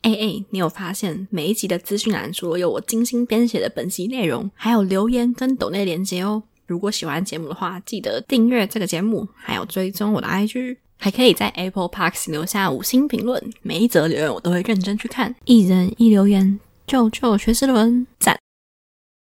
S3: 哎哎，你有发现每一集的资讯栏除了有我精心编写的本集内容，还有留言跟抖内连接哦。如果喜欢节目的话，记得订阅这个节目，还有追踪我的 IG，还可以在 Apple Parks 留下五星评论，每一则留言我都会认真去看，一人一留言，救救学之伦，赞！